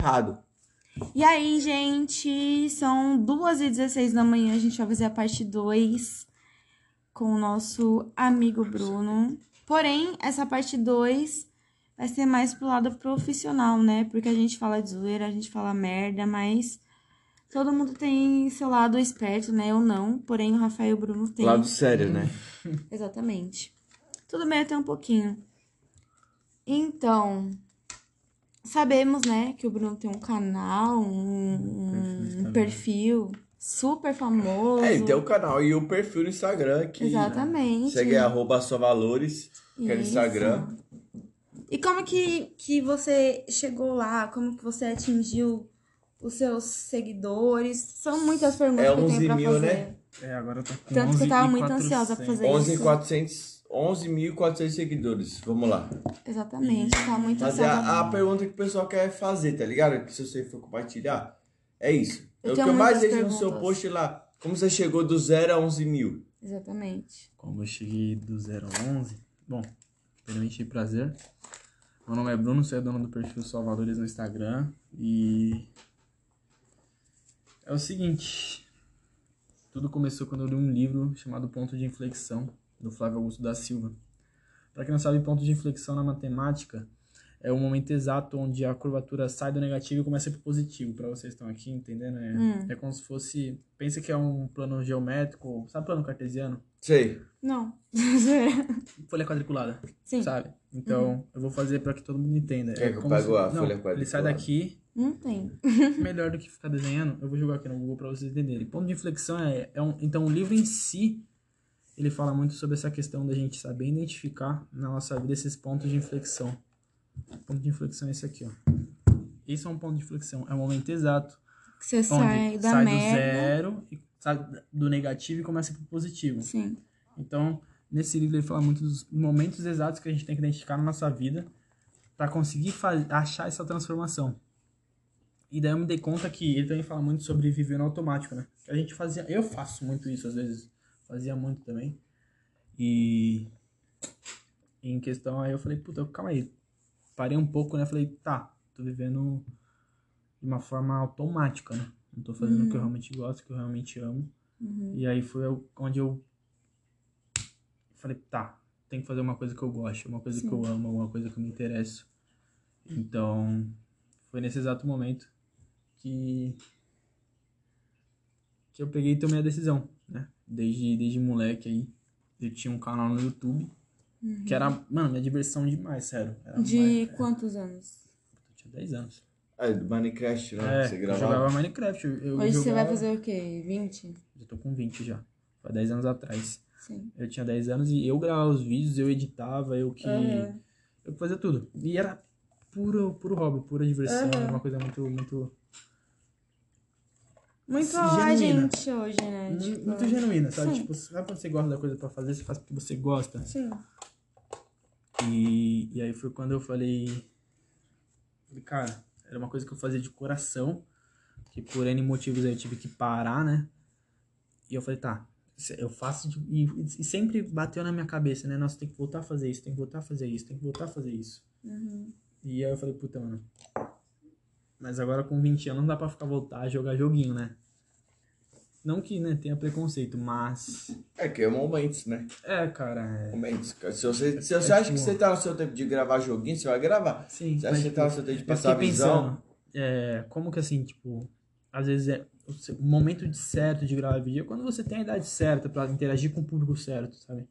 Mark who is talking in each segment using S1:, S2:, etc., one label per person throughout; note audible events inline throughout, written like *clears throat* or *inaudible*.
S1: errado.
S2: E aí, gente, são 2h16 da manhã, a gente vai fazer a parte 2 com o nosso amigo Bruno. Porém, essa parte 2 vai ser mais pro lado profissional, né? Porque a gente fala de zoeira, a gente fala merda, mas todo mundo tem seu lado esperto, né? Eu não, porém o Rafael e o Bruno têm.
S1: Lado sério, né?
S2: Exatamente. Tudo bem até um pouquinho. Então, sabemos, né, que o Bruno tem um canal, um, um perfil super famoso.
S3: É, ele tem o canal e o perfil no Instagram que
S2: Exatamente.
S3: segue é arroba só valores, que é no
S2: Isso.
S3: Instagram.
S2: E como que, que você chegou lá? Como que você atingiu os seus seguidores? São muitas perguntas
S3: É
S2: que eu tenho
S3: 11
S2: pra
S3: mil,
S2: fazer.
S3: né?
S4: É, agora tá com
S2: Tanto que eu tava muito
S4: 11.400.
S2: ansiosa pra fazer
S3: 11.400 11.400 seguidores, vamos lá.
S2: Exatamente, tá muito
S3: Fazer é a, a
S2: ansiosa.
S3: pergunta que o pessoal quer fazer, tá ligado? Que se você for compartilhar, é isso. é
S2: Eu
S3: o que
S2: tenho
S3: eu mais
S2: muitas
S3: vejo no seu
S2: perguntas.
S3: post lá. Como você chegou do zero a 11 mil?
S2: Exatamente.
S4: Como eu cheguei do 011. Bom, primeiramente prazer. Meu nome é Bruno, sou dono do perfil Só Valores no Instagram. E. É o seguinte. Tudo começou quando eu li um livro chamado Ponto de Inflexão, do Flávio Augusto da Silva. Para quem não sabe, ponto de inflexão na matemática é o momento exato onde a curvatura sai do negativo e começa para o positivo. Para vocês que estão aqui entendendo, é,
S2: Hum.
S4: é como se fosse. Pensa que é um plano geométrico, sabe plano cartesiano?
S3: Sei.
S2: Não. *laughs*
S4: folha quadriculada,
S2: Sim. Uhum.
S4: sabe? Então, eu vou fazer pra que todo mundo entenda. É
S3: Quer que eu
S4: como
S3: pague É, a folha
S4: Ele
S3: quadriculada?
S4: sai daqui,
S2: Não tem.
S4: melhor do que ficar desenhando, eu vou jogar aqui no Google pra vocês entenderem. Ponto de inflexão é, é um... Então, o livro em si, ele fala muito sobre essa questão da gente saber identificar na nossa vida esses pontos de inflexão. Ponto de inflexão é esse aqui, ó. Isso é um ponto de inflexão, é o momento exato
S2: Que você sai
S4: onde
S2: da
S4: sai do
S2: merda.
S4: zero, e sai do negativo e começa pro positivo.
S2: Sim.
S4: Então, nesse livro ele fala muito dos momentos exatos que a gente tem que identificar na nossa vida para conseguir fa- achar essa transformação. E daí eu me dei conta que ele também fala muito sobre viver no automático, né? Que a gente fazia, eu faço muito isso às vezes, fazia muito também. E em questão aí eu falei, puta, calma aí. Parei um pouco, né? Falei, tá, tô vivendo de uma forma automática, né? Não tô fazendo o que eu realmente gosto, o que eu realmente amo.
S2: Hum. Uhum.
S4: E aí foi eu- onde eu falei, tá, tem que fazer uma coisa que eu gosto, uma coisa
S2: Sim.
S4: que eu amo, uma coisa que eu me interesso. Então, foi nesse exato momento que que eu peguei e tomei a decisão, né? Desde desde moleque aí, eu tinha um canal no YouTube que era, mano, minha diversão demais, sério. Era mais-
S2: Uhum. De quantos anos?
S4: eu Então, tinha 10 anos.
S3: Ah, do Minecraft, né?
S4: É,
S3: que você
S4: eu
S3: gravava.
S4: jogava Minecraft, eu, eu
S2: Hoje você vai
S4: jogava-
S2: fazer o quê? 20?
S4: já tô com 20 já. Foi 10 anos atrás.
S2: Sim.
S4: Eu tinha 10 anos e eu gravava os vídeos, eu editava, eu que.
S2: Aham.
S4: Eu fazia tudo. E era puro, puro hobby, pura diversão,
S2: Aham.
S4: era uma coisa muito, muito.
S2: Muito
S4: Genuína.
S2: a gente hoje, né?
S4: mu-
S2: Tipo,
S4: Muito genuína, sabe?
S2: sim.
S4: Tipo, sabe quando você gosta da coisa pra fazer, você faz porque você gosta.
S2: Sim.
S4: E, e aí foi quando eu falei. falei, Cara, era uma coisa que eu fazia de coração, que por N motivos aí eu tive que parar, né? E eu falei, tá, se- eu faço. de- e, e sempre bateu na minha cabeça, né? Nossa, tem que voltar a fazer isso, tem que voltar a fazer isso, tem que voltar a fazer isso. E aí eu falei, puta, mano. Mas agora com 20 anos não dá pra ficar voltar a jogar joguinho, né? Não que né, tenha preconceito, mas.
S3: É que é momentos, né?
S4: É, cara. É...
S3: Momentos. cara. Se você, se você
S4: É
S3: acha que
S4: tipo-
S3: você tá no seu tempo de gravar joguinho, você vai gravar.
S4: Sim.
S3: Você acha
S4: mas,
S3: que
S4: tipo,
S3: tá no seu tempo de
S4: Eu
S3: passar
S4: fiquei
S3: a visão?
S4: pensando, é, como que assim, tipo, às vezes é o seu- o momento de certo de gravar vídeo é quando você tem a idade certa pra interagir com o público certo, sabe?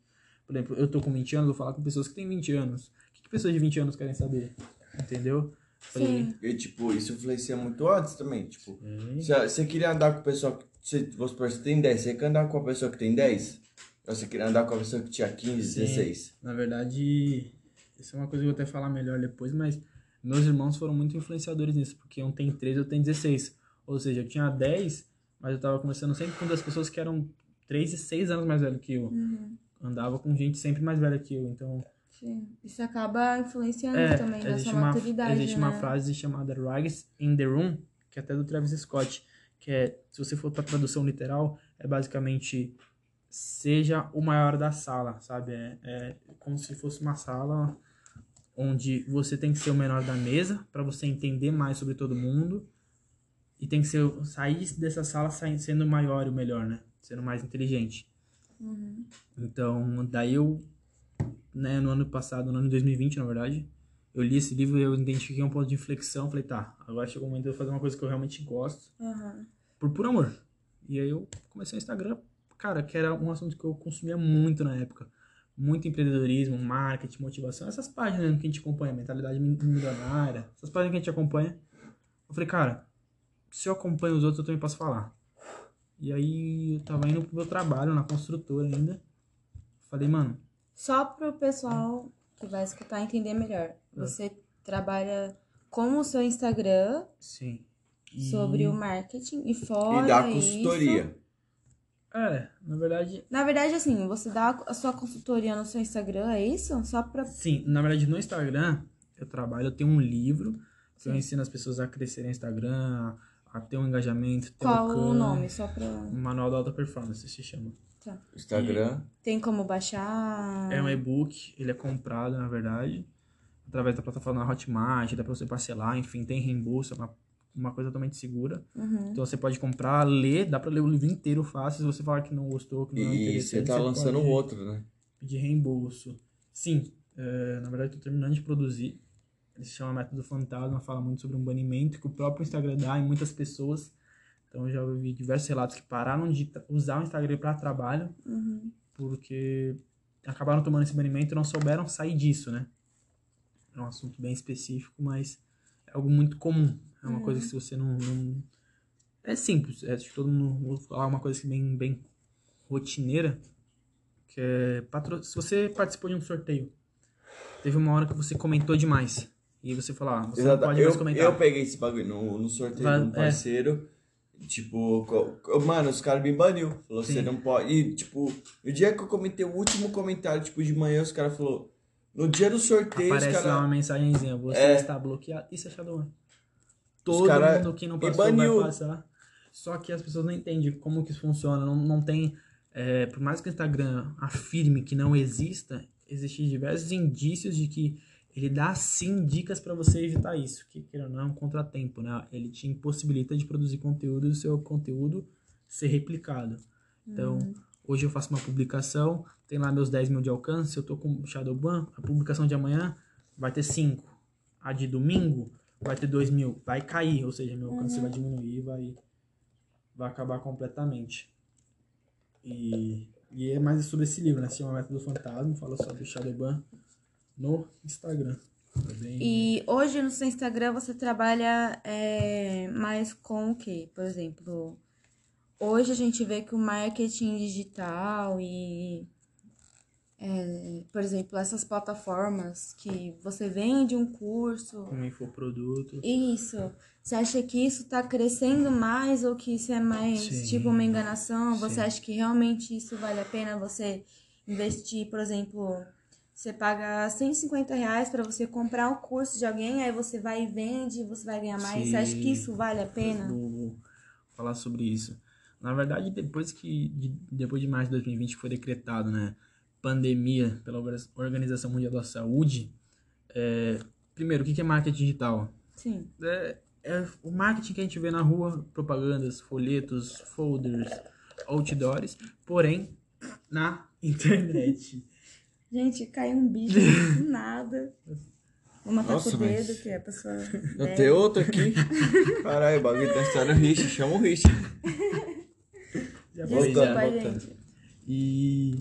S4: Por exemplo, eu tô com 20 anos, vou falar com pessoas que têm 20 anos. O que, que pessoas de 20 anos querem saber? Entendeu?
S2: Sim.
S3: E, tipo, isso influencia muito antes também. Tipo,
S4: Falei,
S3: se você queria andar com o pessoal que. Você, vamos supor, você tem 10, você quer andar com a pessoa que tem 10? Ou você queria andar com a pessoa que tinha 15,
S4: Sim.
S3: 16?
S4: Na verdade, isso é uma coisa que eu vou até falar melhor depois, mas meus irmãos foram muito influenciadores nisso, porque um tem 13, eu tenho 16. Ou seja, eu tinha 10, mas eu tava conversando sempre com das pessoas que eram 3 e 6 anos mais velho que eu. Andava com gente sempre mais velha que eu, então...
S2: Sim. Isso acaba influenciando
S4: É,
S2: também na
S4: existe
S2: sua
S4: uma,
S2: maturidade,
S4: existe
S2: né?
S4: uma frase chamada Rags in the Room, que é até do Travis Scott, que é, se você for pra tradução literal, é basicamente seja o maior da sala, sabe? É, é como se fosse uma sala onde você tem que ser o menor da mesa para você entender mais sobre todo mundo e tem que ser o- sair dessa sala saindo, sendo o maior e o melhor, né? Sendo mais inteligente.
S2: Uhum.
S4: Então, daí eu, né, no ano passado, no ano 2020, na verdade, eu li esse livro e eu identifiquei um ponto de inflexão, falei, tá, agora chegou o momento de eu fazer uma coisa que eu realmente gosto,
S5: Aham.
S4: por puro amor. E aí eu comecei o Instagram, cara, que era um assunto que eu consumia muito na época. Muito empreendedorismo, marketing, motivação, essas páginas mesmo que a gente acompanha, mentalidade mi- milionária, essas páginas que a gente acompanha. Eu falei, cara, se eu acompanho os outros, eu também posso falar. E aí eu tava indo pro meu trabalho na construtora ainda. Falei, mano,
S2: Só pro pessoal que vai escutar entender melhor.
S4: Ah.
S2: Você trabalha com o seu Instagram
S4: sim.
S2: sobre o marketing e fora
S3: E dá
S2: isso-
S3: consultoria.
S4: É, na verdade,
S2: Na verdade, assim, você dá a sua consultoria no seu Instagram, é isso? Só pra...
S4: Sim, na verdade no Instagram eu trabalho, eu tenho um livro que eu
S2: Sim.
S4: ensino as pessoas a crescerem no Instagram, a ter um engajamento, ter
S2: Qual o
S4: alcance.
S2: nome? Só pra...
S4: Manual da Alta Performance se chama.
S3: Instagram.
S2: Tem como baixar?
S4: É um e-book, ele é comprado, na verdade, através da plataforma da Hotmart, dá pra você parcelar, enfim, tem reembolso, é uma, uma coisa totalmente segura.
S2: Uhum.
S4: Então você pode comprar, ler, dá pra ler o livro inteiro fácil, se você falar que não gostou, que não é
S3: E você
S4: interessante,
S3: tá lançando
S4: pode
S3: outro, né?
S4: pedir reembolso. Sim, é, na verdade, estou terminando de produzir. Ele se chama Método Fantasma, fala muito sobre um banimento que o próprio Instagram dá em muitas pessoas. Então, eu já ouvi diversos relatos que pararam de tra- usar o Instagram para trabalho
S2: Uhum.
S4: porque acabaram tomando esse banimento e não souberam sair disso, né? É um assunto bem específico, mas é algo muito comum. É uma coisa que se você não, não- É simples, é acho que todo mundo vou falar uma coisa que bem, bem rotineira, que é... Patro... Se você participou de um sorteio, teve uma hora que você comentou demais, e aí você fala, ah, você não
S3: Exato.
S4: pode mais
S3: Eu,
S4: comentar.
S3: eu peguei esse bagulho no, no sorteio
S4: Vai-
S3: de um
S4: é.
S3: parceiro. Tipo, co- co- mano, os caras me baniu. Falou,
S4: Sim.
S3: você não pode. E, tipo, no dia que eu comentei o último comentário, tipo, de manhã, os caras falaram. No dia do sorteio,
S4: Aparece
S3: os
S4: lá uma
S3: caras.
S4: mensagenzinha, você
S3: É.
S4: está bloqueado. Isso é Shadowrun. Todo
S3: cara-
S4: mundo que não
S3: e
S4: passou
S3: baniu.
S4: vai passar. Só que as pessoas não entendem como que isso funciona. Não, não tem... é, por mais que o Instagram afirme que não exista, existem diversos indícios de que ele dá sim dicas para você evitar isso. Que querendo ou não é um contratempo, né? Ele te impossibilita de produzir conteúdo e o seu conteúdo ser replicado. Então, hoje eu faço uma publicação, tem lá meus 10 mil de alcance, eu tô com Shadowban, a publicação de amanhã vai ter 5. A de domingo vai ter 2 mil. Vai cair, ou seja, meu alcance vai diminuir, vai, vai acabar completamente. E, e é mais sobre esse livro, né? Se chama Método Fantasma, fala sobre o Shadowban no Instagram. É bem-
S2: E hoje no seu Instagram você trabalha é, mais com o quê? Por exemplo, hoje a gente vê que o marketing digital e, é, por exemplo, essas plataformas que você vende um curso.
S4: Um infoproduto.
S2: Isso. Você acha que isso tá crescendo mais ou que isso é mais
S4: Sim.
S2: tipo uma enganação?
S4: Sim.
S2: Você acha que realmente isso vale a pena você investir, por exemplo, você paga 150 reais para você comprar um curso de alguém, aí você vai e vende, você vai ganhar mais. Você acha
S4: Sim.
S2: que isso vale a pena?
S4: Vou, vou falar sobre isso. Na verdade, depois que de, depois de março de 2020 que foi decretado, né, pandemia pela Orga- Organização Mundial da Saúde, é, primeiro, o que que é marketing digital?
S2: Sim.
S4: É, é o marketing que a gente vê na rua, propagandas, folhetos, folders, outdoors, porém na *laughs* internet.
S2: Gente, caiu um bicho
S3: *laughs*
S2: do nada. Vou matar
S3: Nossa,
S2: com o dedo,
S3: mas-
S2: que a pessoa.
S3: Eu
S2: né?
S3: tenho outro aqui. *laughs* Caralho, o bagulho tá estourando o Rich. Chama o Rich.
S4: Já foi, já.
S2: Desculpa,
S3: voltando.
S2: gente.
S4: E.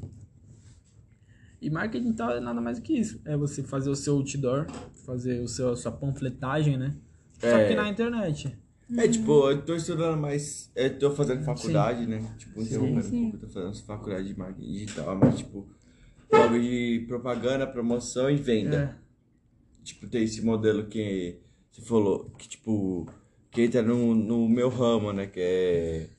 S4: E marketing tal é nada mais do que isso. É você fazer o seu outdoor, fazer o seu, a sua panfletagem, né? Só
S3: É.
S4: que na internet.
S3: É
S4: Hum.
S3: tipo, eu tô estudando mais. Eu tô fazendo faculdade, né? Tipo, interrompendo
S2: Sim.
S3: um pouco, eu tô fazendo faculdade de marketing digital, mas tipo, logo de propaganda, promoção e venda.
S4: É,
S3: Tipo, tem esse modelo que você falou, que tipo, que entra no, no meu ramo, né? Que é,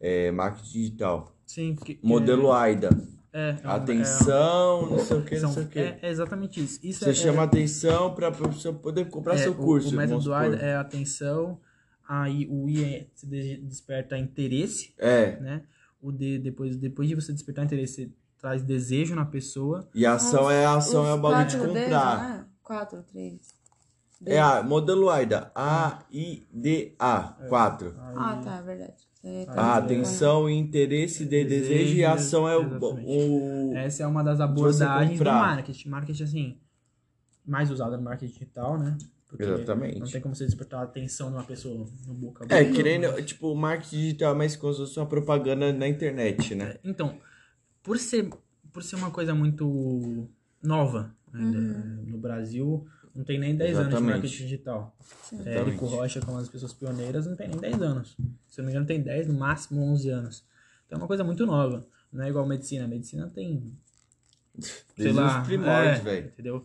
S3: é marketing digital.
S4: sim. porque-
S3: Modelo AIDA.
S4: É, é, é um-
S3: Atenção, não sei o
S4: é,
S3: que,
S4: são-
S3: não sei o que.
S4: é, é exatamente isso. isso
S3: Você
S4: é,
S3: chama
S4: é-
S3: atenção pra pessoa poder comprar
S4: é,
S3: seu
S4: o-
S3: curso.
S4: O, método
S3: vamos
S4: do
S3: supor.
S4: AIDA é atenção, aí o I é, se de- desperta interesse,
S3: É,
S4: né? O D, depois, depois de você despertar interesse, traz desejo na pessoa.
S3: E a ação é a ação, é o bagulho de
S2: quatro Ds,
S3: comprar.
S2: não é? Quatro, três.
S3: É a modelo AIDA. A-I-D-A. 4.
S4: Aí-
S2: Ah, tá, é verdade. Você
S3: A
S2: tá dizendo.
S3: Ah, atenção, interesse de
S4: Desejo,
S3: desejo e a ação é o.
S4: exatamente.
S3: o-
S4: Essa é uma das
S3: Tipo, você
S4: abordagens do
S3: comprar.
S4: marketing. Marketing, assim, mais usada no marketing digital, né? Porque
S3: Exatamente.
S4: Não tem como você despertar a atenção de uma pessoa no boca a boca.
S3: É, querendo. Tipo, o marketing digital é mais como se fosse uma propaganda na internet, né?
S4: Então, por ser, por ser uma coisa muito nova ainda, no Brasil, não tem nem 10 anos de
S3: Exatamente.
S4: marketing digital. É,
S3: Exatamente.
S4: Érico Rocha, que é uma das pessoas pioneiras, não tem nem 10 anos. Se eu não me engano, tem 10, no máximo 11 anos. Então é uma coisa muito nova. Não é igual medicina. Medicina tem sei
S3: Desde
S4: lá,
S3: os primórdios,
S4: é,
S3: velho.
S4: Entendeu?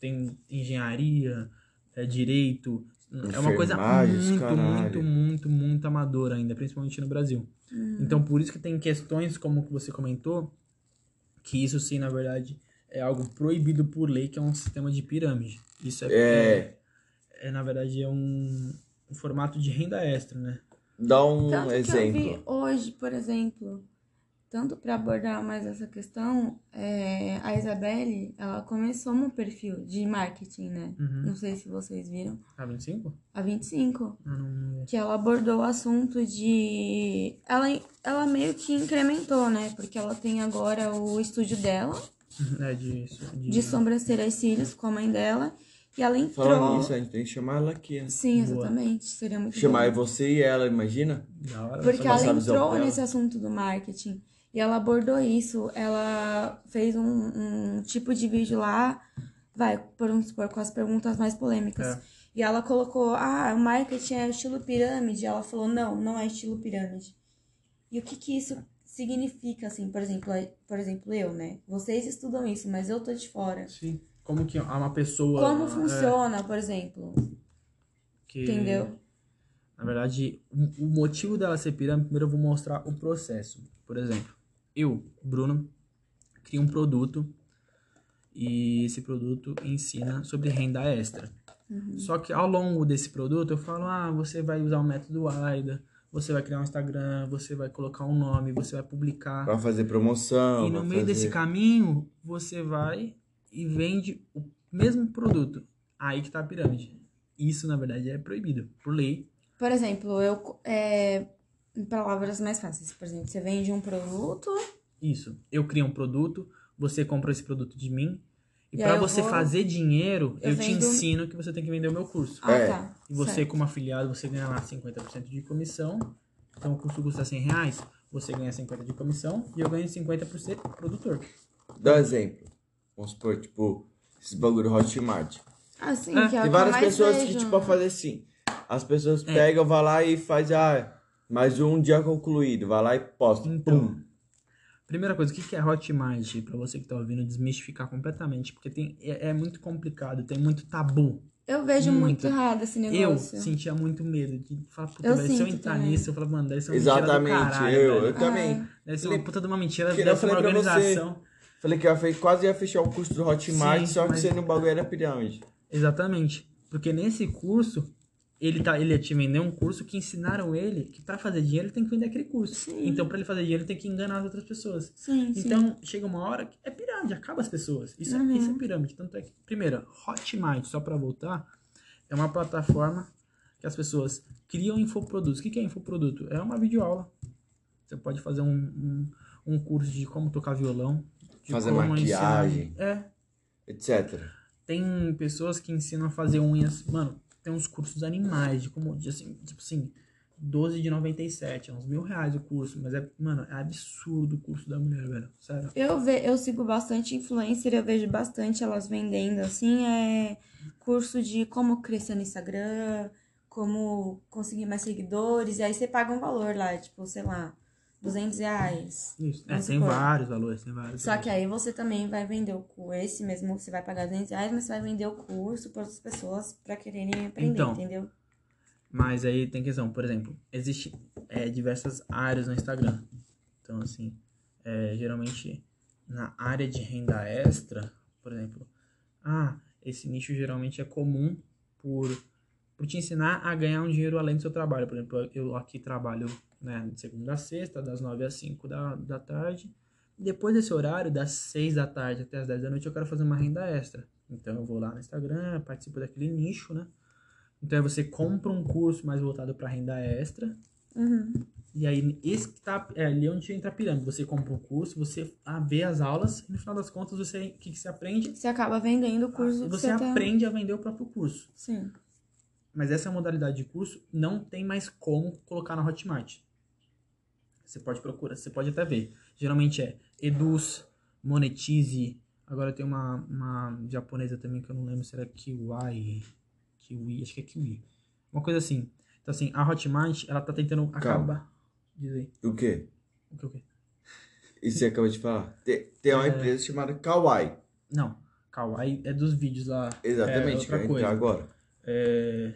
S4: Tem engenharia, é, direito. É uma
S3: Enfermagem,
S4: coisa muito,
S3: caralho.
S4: muito, muito, muito amadora ainda, principalmente no Brasil. Então, por isso que tem questões como que você comentou, que isso sim, na verdade, é algo proibido por lei, que é um sistema de pirâmide. Isso é,
S3: É.
S4: é, na verdade, é um, um formato de renda extra, né?
S3: Dá um
S2: Tanto
S3: exemplo.
S2: que eu vi hoje, por exemplo, tanto para abordar mais essa questão, é, a Isabelle, ela começou um perfil de marketing, né?
S4: Uhum.
S2: Não sei se vocês viram,
S4: Ah, 25?
S2: a 25,
S4: Ah, não.
S2: que ela abordou o assunto de... Ela, ela meio que incrementou, né? Porque ela tem agora o estúdio dela,
S4: É de, de,
S2: de sobrancelhas e cílios, com a mãe dela, e ela entrou...
S3: Uhum. Falando nisso, a gente tem que chamar ela aqui, né?
S2: Sim,
S4: Boa.
S2: exatamente, seria muito bom.
S3: Chamar você e ela, imagina?
S4: Da hora,
S2: Porque
S4: essa-
S2: ela
S3: passar a visão
S2: entrou
S3: dela.
S2: nesse assunto do marketing e ela abordou isso. Ela fez um, um tipo de vídeo lá, vai, por um supor, com as perguntas mais polêmicas.
S4: É.
S2: E ela colocou, ah, o marketing é estilo pirâmide. Ela falou, não, não é estilo pirâmide. E o que que isso significa, assim, por exemplo, é- por exemplo, eu, né? Vocês estudam isso, mas eu tô de fora.
S4: Sim. Como que é uma pessoa.
S2: Como
S4: é,
S2: funciona, por exemplo?
S4: que-
S2: Entendeu?
S4: Na verdade, o o motivo dela ser pirâmide, primeiro eu vou mostrar o processo. Por exemplo, eu, Bruno, crio um produto e esse produto ensina sobre renda extra.
S2: Uhum.
S4: Só que ao longo desse produto eu falo, ah, você vai usar o método AIDA, você vai criar um Instagram, você vai colocar um nome, você vai publicar.
S3: Pra fazer promoção.
S4: E no
S3: pra
S4: meio desse
S3: fazer-
S4: caminho, você vai e vende o mesmo produto. Aí que tá a pirâmide. Isso, na verdade, é proibido por lei.
S2: Por exemplo, eu. co- É, em palavras mais fáceis, por exemplo, você vende um produto.
S4: Isso. Eu crio um produto, você compra esse produto de mim. E,
S2: E
S4: pra
S2: aí eu
S4: você
S2: vou-
S4: fazer dinheiro, eu,
S2: eu
S4: te
S2: vendo-
S4: ensino que você tem que vender o meu curso.
S2: Ah,
S3: É.
S2: tá.
S4: E você,
S2: certo.
S4: como afiliado, você ganha lá 50% de comissão. Então, o curso custa 100 reais, você ganha 50 de comissão e eu ganho 50 por ser produtor.
S3: Dá um exemplo. Vamos supor, tipo, esse bagulho do Hotmart.
S2: Ah, sim,
S4: É,
S2: que é
S3: Tem
S2: o que
S3: várias
S2: eu mais
S3: pessoas
S2: vejo,
S3: que, tipo,
S2: né?
S3: fazem assim. As pessoas
S4: É.
S3: pegam, vai lá e faz, ah, mais um dia concluído. Vai lá e posta.
S4: Então,
S3: Pum.
S4: primeira coisa, o que que é Hotmart? Pra você que tá ouvindo, desmistificar completamente, porque tem, é, é muito complicado, tem muito tabu.
S2: Eu vejo muito
S4: Muito.
S2: errado esse
S4: Eu
S2: negócio.
S4: sentia muito medo de falar, puta,
S2: Eu
S4: velho, se eu
S2: sinto
S4: entrar
S2: também.
S4: nisso, eu falo, mano, deve ser uma
S3: Exatamente,
S4: mentira do caralho,
S3: eu,
S4: velho. É.
S3: eu também.
S4: Deve ser uma
S3: Lem-
S4: puta de uma mentira,
S3: Que
S4: deve
S3: eu
S4: ser uma
S3: falei pra você.
S4: organização.
S3: Falei que eu ia fe- quase ia fechar o curso do Hotmart,
S4: Sim,
S3: só que
S4: mas-
S3: você no bagulho era pirâmide.
S4: Exatamente. Porque nesse curso, ele, tá, ele ia te vender um curso que ensinaram ele que pra fazer dinheiro ele tem que vender aquele curso.
S2: Sim.
S4: Então, pra ele fazer dinheiro, ele tem que enganar as outras pessoas.
S2: Sim, sim.
S4: Então, chega uma hora que é pirâmide, acaba as pessoas. Isso, é, isso é pirâmide. Tanto é que, primeiro, Hotmart, só pra voltar, é uma plataforma que as pessoas criam infoprodutos. O que que é infoproduto? É uma videoaula. Você pode fazer um, um, um curso de como tocar violão. de
S3: Fazer
S4: como ensinar-
S3: maquiagem.
S4: É,
S3: Etc.
S4: tem pessoas que ensinam a fazer unhas. Mano, tem uns cursos animais, de como, de assim, tipo assim, 12 de 97, é uns mil reais o curso. Mas é, mano, é absurdo o curso da mulher, velho. Sério.
S2: Eu, ve eu sigo bastante influencer, eu vejo bastante elas vendendo, assim, é curso de como crescer no Instagram, como conseguir mais seguidores, e aí você paga um valor lá, tipo, sei lá, 200 reais.
S4: Isso. É,
S2: Vamos
S4: tem
S2: supor.
S4: vários valores, tem vários.
S2: Só que aí você também vai vender o curso, esse mesmo que você vai pagar 200 reais, mas você vai vender o curso para outras pessoas para quererem aprender,
S4: Então.
S2: entendeu?
S4: Mas aí tem questão, por exemplo, existe é, diversas áreas no Instagram. Então, assim, é, geralmente na área de renda extra, por exemplo, ah, esse nicho geralmente é comum por, por te ensinar a ganhar um dinheiro além do seu trabalho. Por exemplo, eu aqui trabalho né, de segunda a sexta, das nove às cinco da, da tarde, Depois desse horário, das 6 da tarde até as 10 da noite, eu quero fazer uma renda extra. Então eu vou lá no Instagram, participo daquele nicho, né? Então aí você compra um curso mais voltado para renda extra.
S2: Uhum.
S4: E aí, esse que tá, é ali onde entra a pirâmide. Você compra um curso, você ah, vê as aulas, e no final das contas, você o que, que você aprende?
S2: Você acaba vendendo o curso
S4: Ah,
S2: que
S4: você
S2: você tá-
S4: aprende a vender o próprio curso.
S2: Sim.
S4: Mas essa modalidade de curso não tem mais como colocar na Hotmart. Você pode procurar, você pode até ver. Geralmente é Eduz, Monetize. Agora tem uma, uma japonesa também que eu não lembro se era Kiwai. Kiwi, acho que é Kiwi. Uma coisa assim. Então assim, a Hotmart, ela tá tentando acabar. Diz aí.
S3: O quê?
S4: O que, o que?
S3: E você acabou de falar? Tem, tem
S4: É.
S3: uma empresa chamada Kawaii.
S4: Não, Kawaii é dos vídeos lá.
S3: Exatamente,
S4: É outra
S3: que vai
S4: coisa.
S3: entrar agora.
S4: É,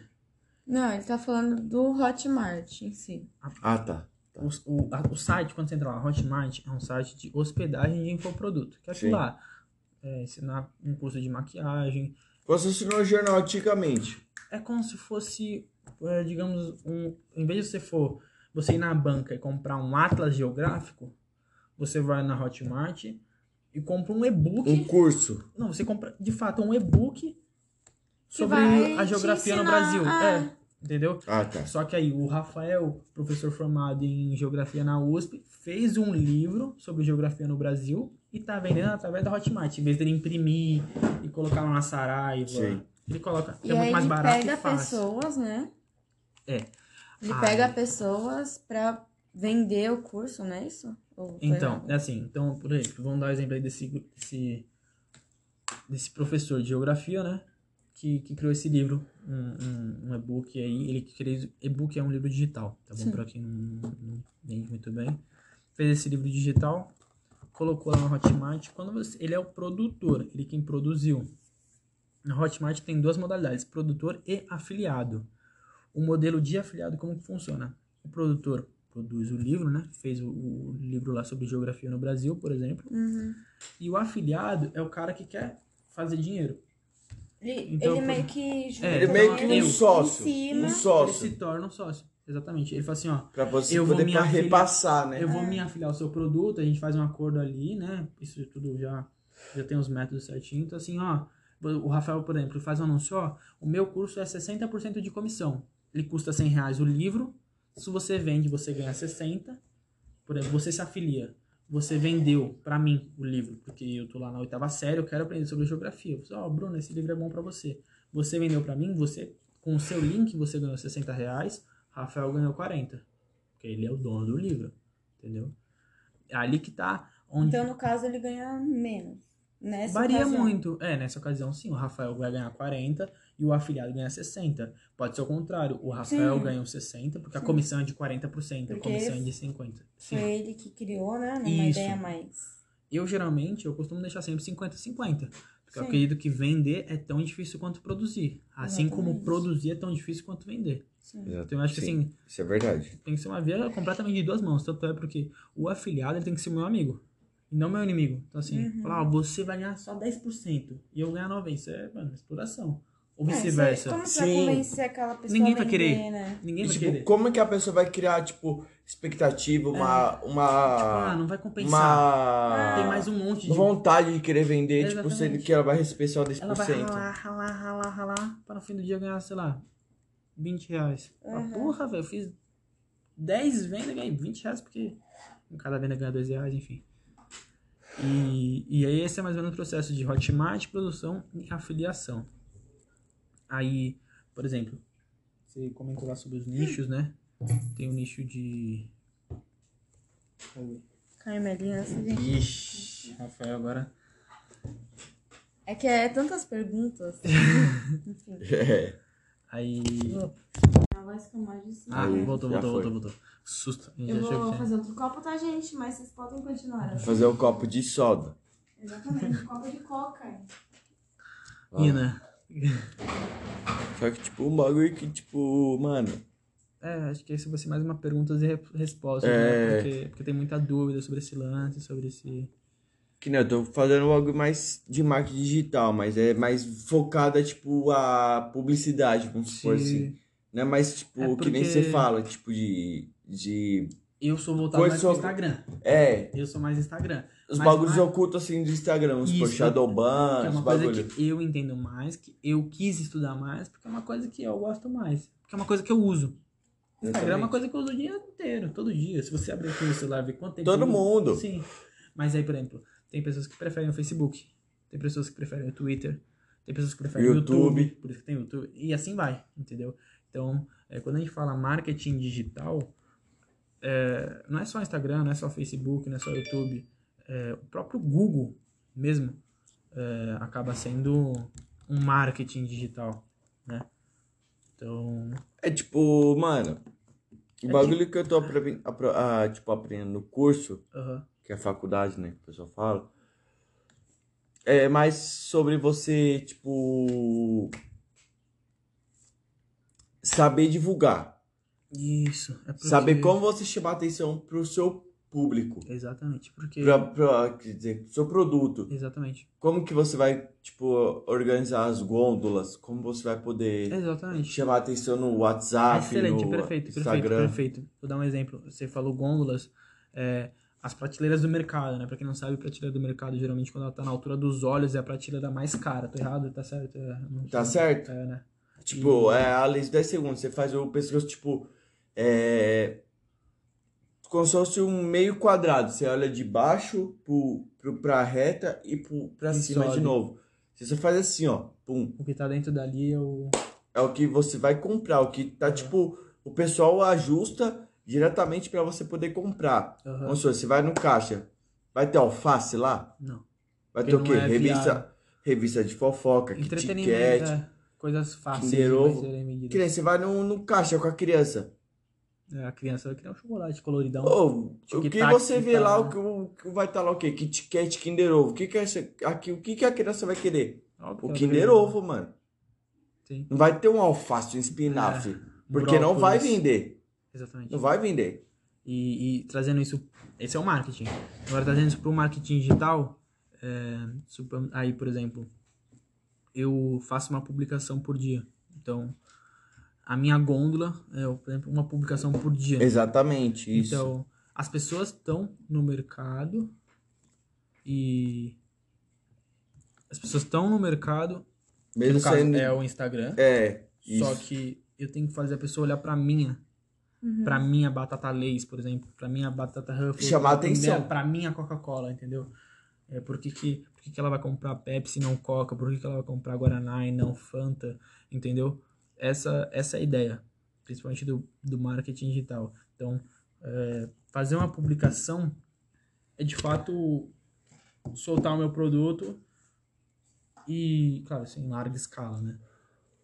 S2: Não, ele tá falando do Hotmart em si.
S3: Ah, tá. Tá.
S4: O, o, a- o site, quando você entra lá, Hotmart, é um site de hospedagem de infoproduto. Que é aquilo
S3: Sim.
S4: lá. É, ensinar um curso de maquiagem.
S3: Você assinou o jornal antigamente.
S4: É como se fosse, é, digamos, um. Em vez de você for você ir na banca e comprar um atlas geográfico, você vai na Hotmart e compra um e-book.
S3: Um curso.
S4: Não, você compra de fato um e-book sobre
S2: vai
S4: a
S2: te
S4: geografia no
S2: ensinar
S4: Brasil.
S2: a-
S4: É, entendeu?
S3: Ah, tá.
S4: Só que aí o Rafael, professor formado em geografia na USP, fez um livro sobre geografia no Brasil e tá vendendo através da Hotmart. Em vez dele imprimir e colocar lá na Saraiva,
S3: Sim.
S4: ele coloca.
S2: E
S4: é
S2: aí
S4: muito mais
S2: ele
S4: barato
S2: pega
S4: e fácil.
S2: pessoas, né?
S4: É.
S2: Ele
S4: Ai.
S2: pega pessoas pra vender o curso, não é isso? Ou tô
S4: Então,
S2: errado?
S4: é assim, então, por exemplo, vamos dar o exemplo aí desse, desse, desse professor de geografia, né? Que, que criou esse livro, um, um, um e-book aí. Ele criou. E-book é um livro digital, tá bom?
S2: Sim.
S4: Pra quem não, não entende muito bem. Fez esse livro digital, colocou lá na Hotmart. Quando você, ele é o produtor, ele é quem produziu. Na Hotmart tem duas modalidades, produtor e afiliado. O modelo de afiliado, como que funciona? O produtor produz o livro, né? Fez o, o livro lá sobre geografia no Brasil, por exemplo.
S2: Uhum.
S4: E o afiliado é o cara que quer fazer dinheiro.
S2: Ele,
S4: Então,
S2: ele
S4: por-
S2: meio que junta
S4: ele
S3: meio que um
S2: em
S3: sócio,
S2: cima.
S3: um
S4: Ele se
S3: sócio.
S4: torna um sócio. Exatamente. Ele fala assim, ó,
S3: Pra você
S4: Eu vou
S3: poder
S4: me
S3: pra
S4: afiliar-
S3: repassar, né?
S4: eu vou me afiliar ao seu produto, a gente faz um acordo ali, né? Isso tudo já, já tem os métodos certinho. Então, assim, ó, o Rafael, por exemplo, faz um anúncio, ó, o meu curso é 60% de comissão. Ele custa 100 reais o livro. Se você vende, você ganha 60. Por exemplo, você se afilia. Você vendeu pra mim o livro, porque eu tô lá na oitava série, eu quero aprender sobre geografia. Você, ó, Bruno, esse livro é bom pra você. Você vendeu pra mim, você com o seu link você ganhou 60 reais, Rafael ganhou 40. Porque ele é o dono do livro, entendeu? É ali que tá onde
S2: Então, no caso, ele ganha menos. né? Nessa
S4: Varia
S2: ocasião.
S4: muito. É, nessa ocasião sim, o Rafael vai ganhar 40 e o afiliado ganha 60. Pode ser o contrário, o Rafael
S2: Sim.
S4: ganha os 60, porque a comissão é de 40%, a
S2: Porque
S4: comissão é de 50%.
S2: Foi
S4: Sim.
S2: ele que criou, né? Numa
S4: Isso.
S2: ideia a mais.
S4: Eu geralmente, eu costumo deixar sempre 50-50. Porque eu
S2: Sim.
S4: acredito que vender é tão difícil quanto produzir. Assim como
S2: Exatamente.
S4: produzir é tão difícil quanto vender.
S2: Sim.
S3: Exato.
S4: Então eu acho que
S3: Sim,
S4: assim,
S3: Isso é verdade.
S4: tem que ser uma via completamente de duas mãos. Tanto é porque o afiliado ele tem que ser meu amigo. E não meu inimigo. Então, assim,
S2: Uhum.
S4: falar, ó, você vai ganhar só 10% e eu ganhar 90%. Isso é, mano, exploração. Ou
S2: É, isso aí,
S4: vice-versa.
S2: como você vai
S3: Sim.
S2: convencer aquela pessoa
S4: Ninguém
S2: a
S4: vai
S2: vender,
S4: querer.
S2: né?
S4: Ninguém
S3: E,
S4: vai
S3: tipo,
S4: querer.
S3: como é que a pessoa vai criar, tipo, expectativa, uma.
S4: Ah,
S3: uma.
S4: não vai compensar.
S3: uma.
S4: Tem mais um monte de.
S3: vontade de querer vender, tipo,
S4: Exatamente.
S3: sendo que ela vai receber só 10%.
S4: Ela vai ralar, ralar, ralar, ralar. Pra no fim do dia ganhar, sei lá, 20 reais. Fala,
S2: Uhum.
S4: Porra, velho, eu fiz 10 vendas e ganhei 20 reais, porque cada venda ganha 2 reais, enfim. E, e aí esse é mais ou menos o processo de Hotmart, produção e afiliação. Aí, por exemplo, você comentou lá sobre os nichos, né? Tem o nicho de.
S2: Carmelina, assim, gente.
S4: Ixi, Rafael agora.
S2: É que é tantas
S4: *laughs*
S2: perguntas. Enfim.
S3: *laughs* É.
S4: Aí.
S5: Agora isso que eu mais disse.
S4: Ah,
S3: Aí,
S4: voltou,
S3: já
S4: voltou,
S3: foi.
S4: voltou, voltou. Susto. a gente
S5: Eu
S4: achou que
S5: vou
S4: tinha-
S5: fazer outro copo, tá, gente? Mas vocês podem continuar.
S3: Fazer um copo de soda.
S5: Exatamente, um copo de coca.
S3: Ah.
S4: Ina.
S3: Só que, tipo, um bagulho que, tipo, mano.
S4: É, acho que isso vai ser mais uma perguntas e re- respostas, né?
S3: É.
S4: Porque, porque tem muita dúvida sobre esse lance, sobre esse.
S3: Que não, eu tô fazendo um bagulho mais de marketing digital, mas é mais focada, tipo, a publicidade, vamos supor assim. Não é mais, tipo,
S4: É
S3: que nem
S4: porque-
S3: você fala, tipo, de. de...
S4: Eu sou voltado
S3: Pois
S4: mais
S3: sou-
S4: pro Instagram.
S3: É,
S4: Eu sou mais Instagram.
S3: Os
S4: Mas
S3: bagulhos
S4: ma-
S3: ocultos assim do Instagram, os
S4: Isso.
S3: por Shadowban,
S4: Que é
S3: os
S4: uma coisa
S3: bagulhos.
S4: que eu entendo mais, que eu quis estudar mais, porque é uma coisa que eu gosto mais. Porque é uma coisa que eu uso. Instagram é uma coisa que eu uso o dia inteiro, todo dia. Se você abrir aqui no celular e ver quanto tempo.
S3: Todo
S4: eu-
S3: mundo.
S4: Sim. Mas aí, por exemplo, tem pessoas que preferem o Facebook, tem pessoas que preferem o Twitter, tem pessoas que preferem o
S3: YouTube.
S4: YouTube, por isso que tem o YouTube, e assim vai, entendeu? Então, é, quando a gente fala marketing digital, é, não é só Instagram, não é só Facebook, não é só YouTube. é, o próprio Google mesmo é, acaba sendo um marketing digital, né? Então,
S3: É tipo,
S4: É
S3: mano, o bagulho que eu tô apre- apro- ah, tipo, aprendendo no curso,
S4: aham,
S3: que é a faculdade, né, que o pessoal fala, é mais sobre você, tipo, saber divulgar,
S4: isso. É porque-
S3: saber como você chamar atenção pro seu público,
S4: Exatamente, porque...
S3: pra, pra, quer dizer, pro seu produto,
S4: Exatamente,
S3: como que você vai, tipo, organizar as gôndolas, como você vai poder
S4: exatamente.
S3: chamar atenção no WhatsApp,
S4: Excelente,
S3: no
S4: perfeito, perfeito,
S3: Instagram.
S4: perfeito. Vou dar um exemplo. Você falou gôndolas, é, as prateleiras do mercado, né? Pra quem não sabe, a prateleira do mercado, geralmente, quando ela tá na altura dos olhos, é a prateleira mais cara. Tô errado? Tá certo? É, não
S3: Tá
S4: sei.
S3: certo?
S4: É, né?
S3: Tipo, é a lei de 10 segundos. Você faz o pescoço, tipo, é. Como se fosse um meio quadrado. Você olha de baixo pro, pro, pra reta e pro, pra
S4: E
S3: cima de
S4: sobe.
S3: novo. Se você faz assim, ó, pum.
S4: O que tá dentro dali é o...
S3: É o que você vai comprar. O que tá,
S4: Aham.
S3: tipo, o pessoal ajusta diretamente pra você poder comprar.
S4: Aham.
S3: Vamos supor, você vai no caixa. Vai ter alface lá?
S4: Não.
S3: Vai
S4: Porque
S3: ter o
S4: não
S3: quê?
S4: é viável.
S3: revista, revista de fofoca, Kit Kat.
S4: Entretenimento, é, coisas fáceis.
S3: Kinder
S4: de
S3: Ovo.
S4: serem medidas.
S3: Que nem você vai no, no caixa com a criança.
S4: É, a criança vai criar um chocolate coloridão.
S3: Ô, o que
S4: Então, Tic-tac,
S3: você vê
S4: tic-tac,
S3: lá, o
S4: né?
S3: que, o que vai estar lá o quê? Kit Kat, Kinder Ovo. O que que, essa, aqui, o que que a criança vai querer?
S4: Óbvio que
S3: O
S4: ela
S3: Kinder
S4: queria.
S3: Ovo, mano.
S4: Sim,
S3: Não vai ter um alface, um espinafre. porque não
S4: É, brócolis.
S3: vai vender.
S4: Exatamente.
S3: Não vai vender.
S4: E, e trazendo isso, esse é o marketing. Agora, trazendo isso para o marketing digital, é, supo- aí, por exemplo, eu faço uma publicação por dia. Então, a minha gôndola é, por exemplo, uma publicação por dia.
S3: Exatamente, isso.
S4: Então, as pessoas estão no mercado e... As pessoas estão no mercado, que
S3: Mesmo
S4: no caso
S3: sendo.
S4: é o Instagram.
S3: É, isso.
S4: Só que eu tenho que fazer a pessoa olhar pra minha. Pra minha batata Lays, por exemplo. Pra minha batata Ruffles.
S3: Chamar
S4: pra minha-
S3: atenção.
S4: Pra minha Coca-Cola, entendeu? É, por que, que, por que, que ela vai comprar Pepsi e não Coca? Por que, que ela vai comprar Guaraná e não Fanta? Entendeu? Essa, essa é a ideia. Principalmente do, do marketing digital. Então, é, fazer uma publicação é de fato soltar o meu produto e, claro, assim, em larga escala, né?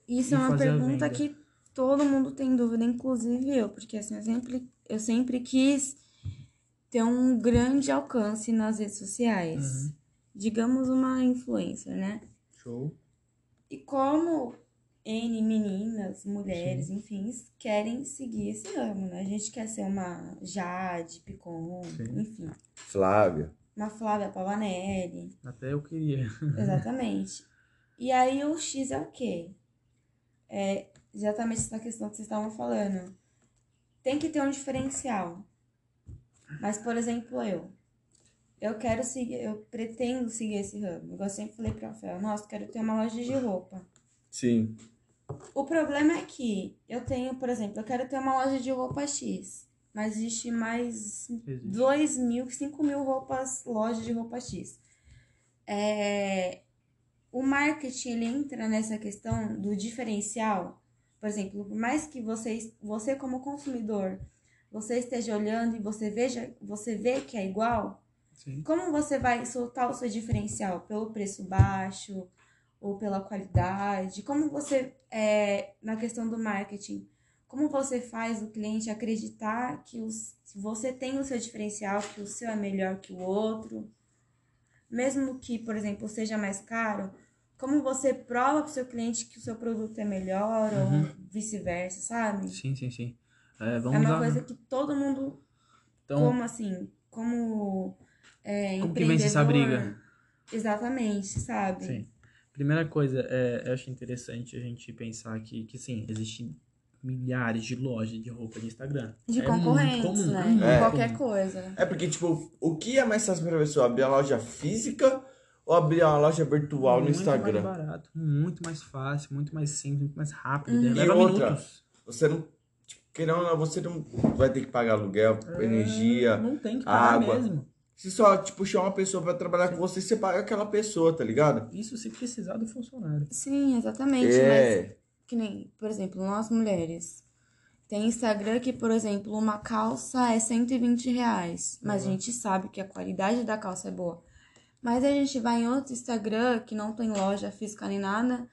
S2: Isso
S4: e
S2: é uma
S4: fazer a
S2: pergunta
S4: venda.
S2: que todo mundo tem dúvida, inclusive eu, porque assim, eu sempre, eu sempre quis ter um grande alcance nas redes sociais.
S4: Uhum.
S2: Digamos uma influencer, né?
S4: Show.
S2: E como N meninas, mulheres, enfim, querem seguir esse ramo, né? A gente quer ser uma Jade, Picon,
S4: Sim.
S2: enfim.
S3: Flávia.
S2: Uma Flávia Pavanelli.
S4: Até eu queria.
S2: Exatamente. E aí o X é o quê? É exatamente essa questão que vocês estavam falando. Tem que ter um diferencial. Mas, por exemplo, eu. Eu quero seguir, eu pretendo seguir esse ramo. Igual eu sempre falei pra Rafael, nossa, quero ter uma loja de roupa.
S3: Sim.
S2: O problema é que eu tenho, por exemplo, eu quero ter uma loja de roupa X. Mas existe mais
S4: Existe.
S2: 2 mil, 5 mil roupas, lojas de roupa X. É, o marketing ele entra nessa questão do diferencial. Por exemplo, por mais que você, você como consumidor, você esteja olhando e você veja, você vê que é igual,
S4: Sim.
S2: como você vai soltar o seu diferencial? Pelo preço baixo ou pela qualidade? Como você, é, na questão do marketing, como você faz o cliente acreditar que os- você tem o seu diferencial, que o seu é melhor que o outro? Mesmo que, por exemplo, seja mais caro, como você prova para o seu cliente que o seu produto é melhor ou vice-versa, sabe?
S4: Sim, sim, sim. É,
S2: É
S4: Uhum. vamos
S2: uma
S4: lá.
S2: coisa que todo mundo
S4: Então,
S2: como assim? Como é,
S4: Como que vence essa
S2: empreendedor? Exatamente, sabe?
S4: sim. Primeira coisa, é, eu acho interessante a gente pensar que, que sim, existe milhares de lojas de roupa de Instagram.
S2: De
S4: é
S2: concorrentes,
S4: muito comum,
S2: né?
S4: é muito
S2: Em
S3: É.
S2: Qualquer
S4: comum.
S2: coisa.
S3: É porque, tipo, o que é mais fácil pra pessoa? Abrir uma loja física ou abrir uma loja virtual no
S4: muito
S3: Instagram?
S4: mais barato, muito mais fácil, muito mais simples, muito mais rápido. né?
S3: E
S4: Leva
S3: outra,
S4: minutos.
S3: Você não. Tipo, querendo ou não, você não vai ter que pagar aluguel,
S4: É.
S3: energia.
S4: Não tem que pagar
S3: água.
S4: mesmo.
S3: Se só, tipo, chamar uma pessoa pra trabalhar com você, você paga aquela pessoa, tá ligado?
S4: Isso se precisar do funcionário.
S2: Sim, exatamente. Mas
S3: É.
S2: que nem, por exemplo, nós mulheres. Tem Instagram que, por exemplo, uma calça é 120 reais. Mas a gente sabe que a qualidade da calça é boa. Mas a gente vai em outro Instagram que não tem loja física nem nada.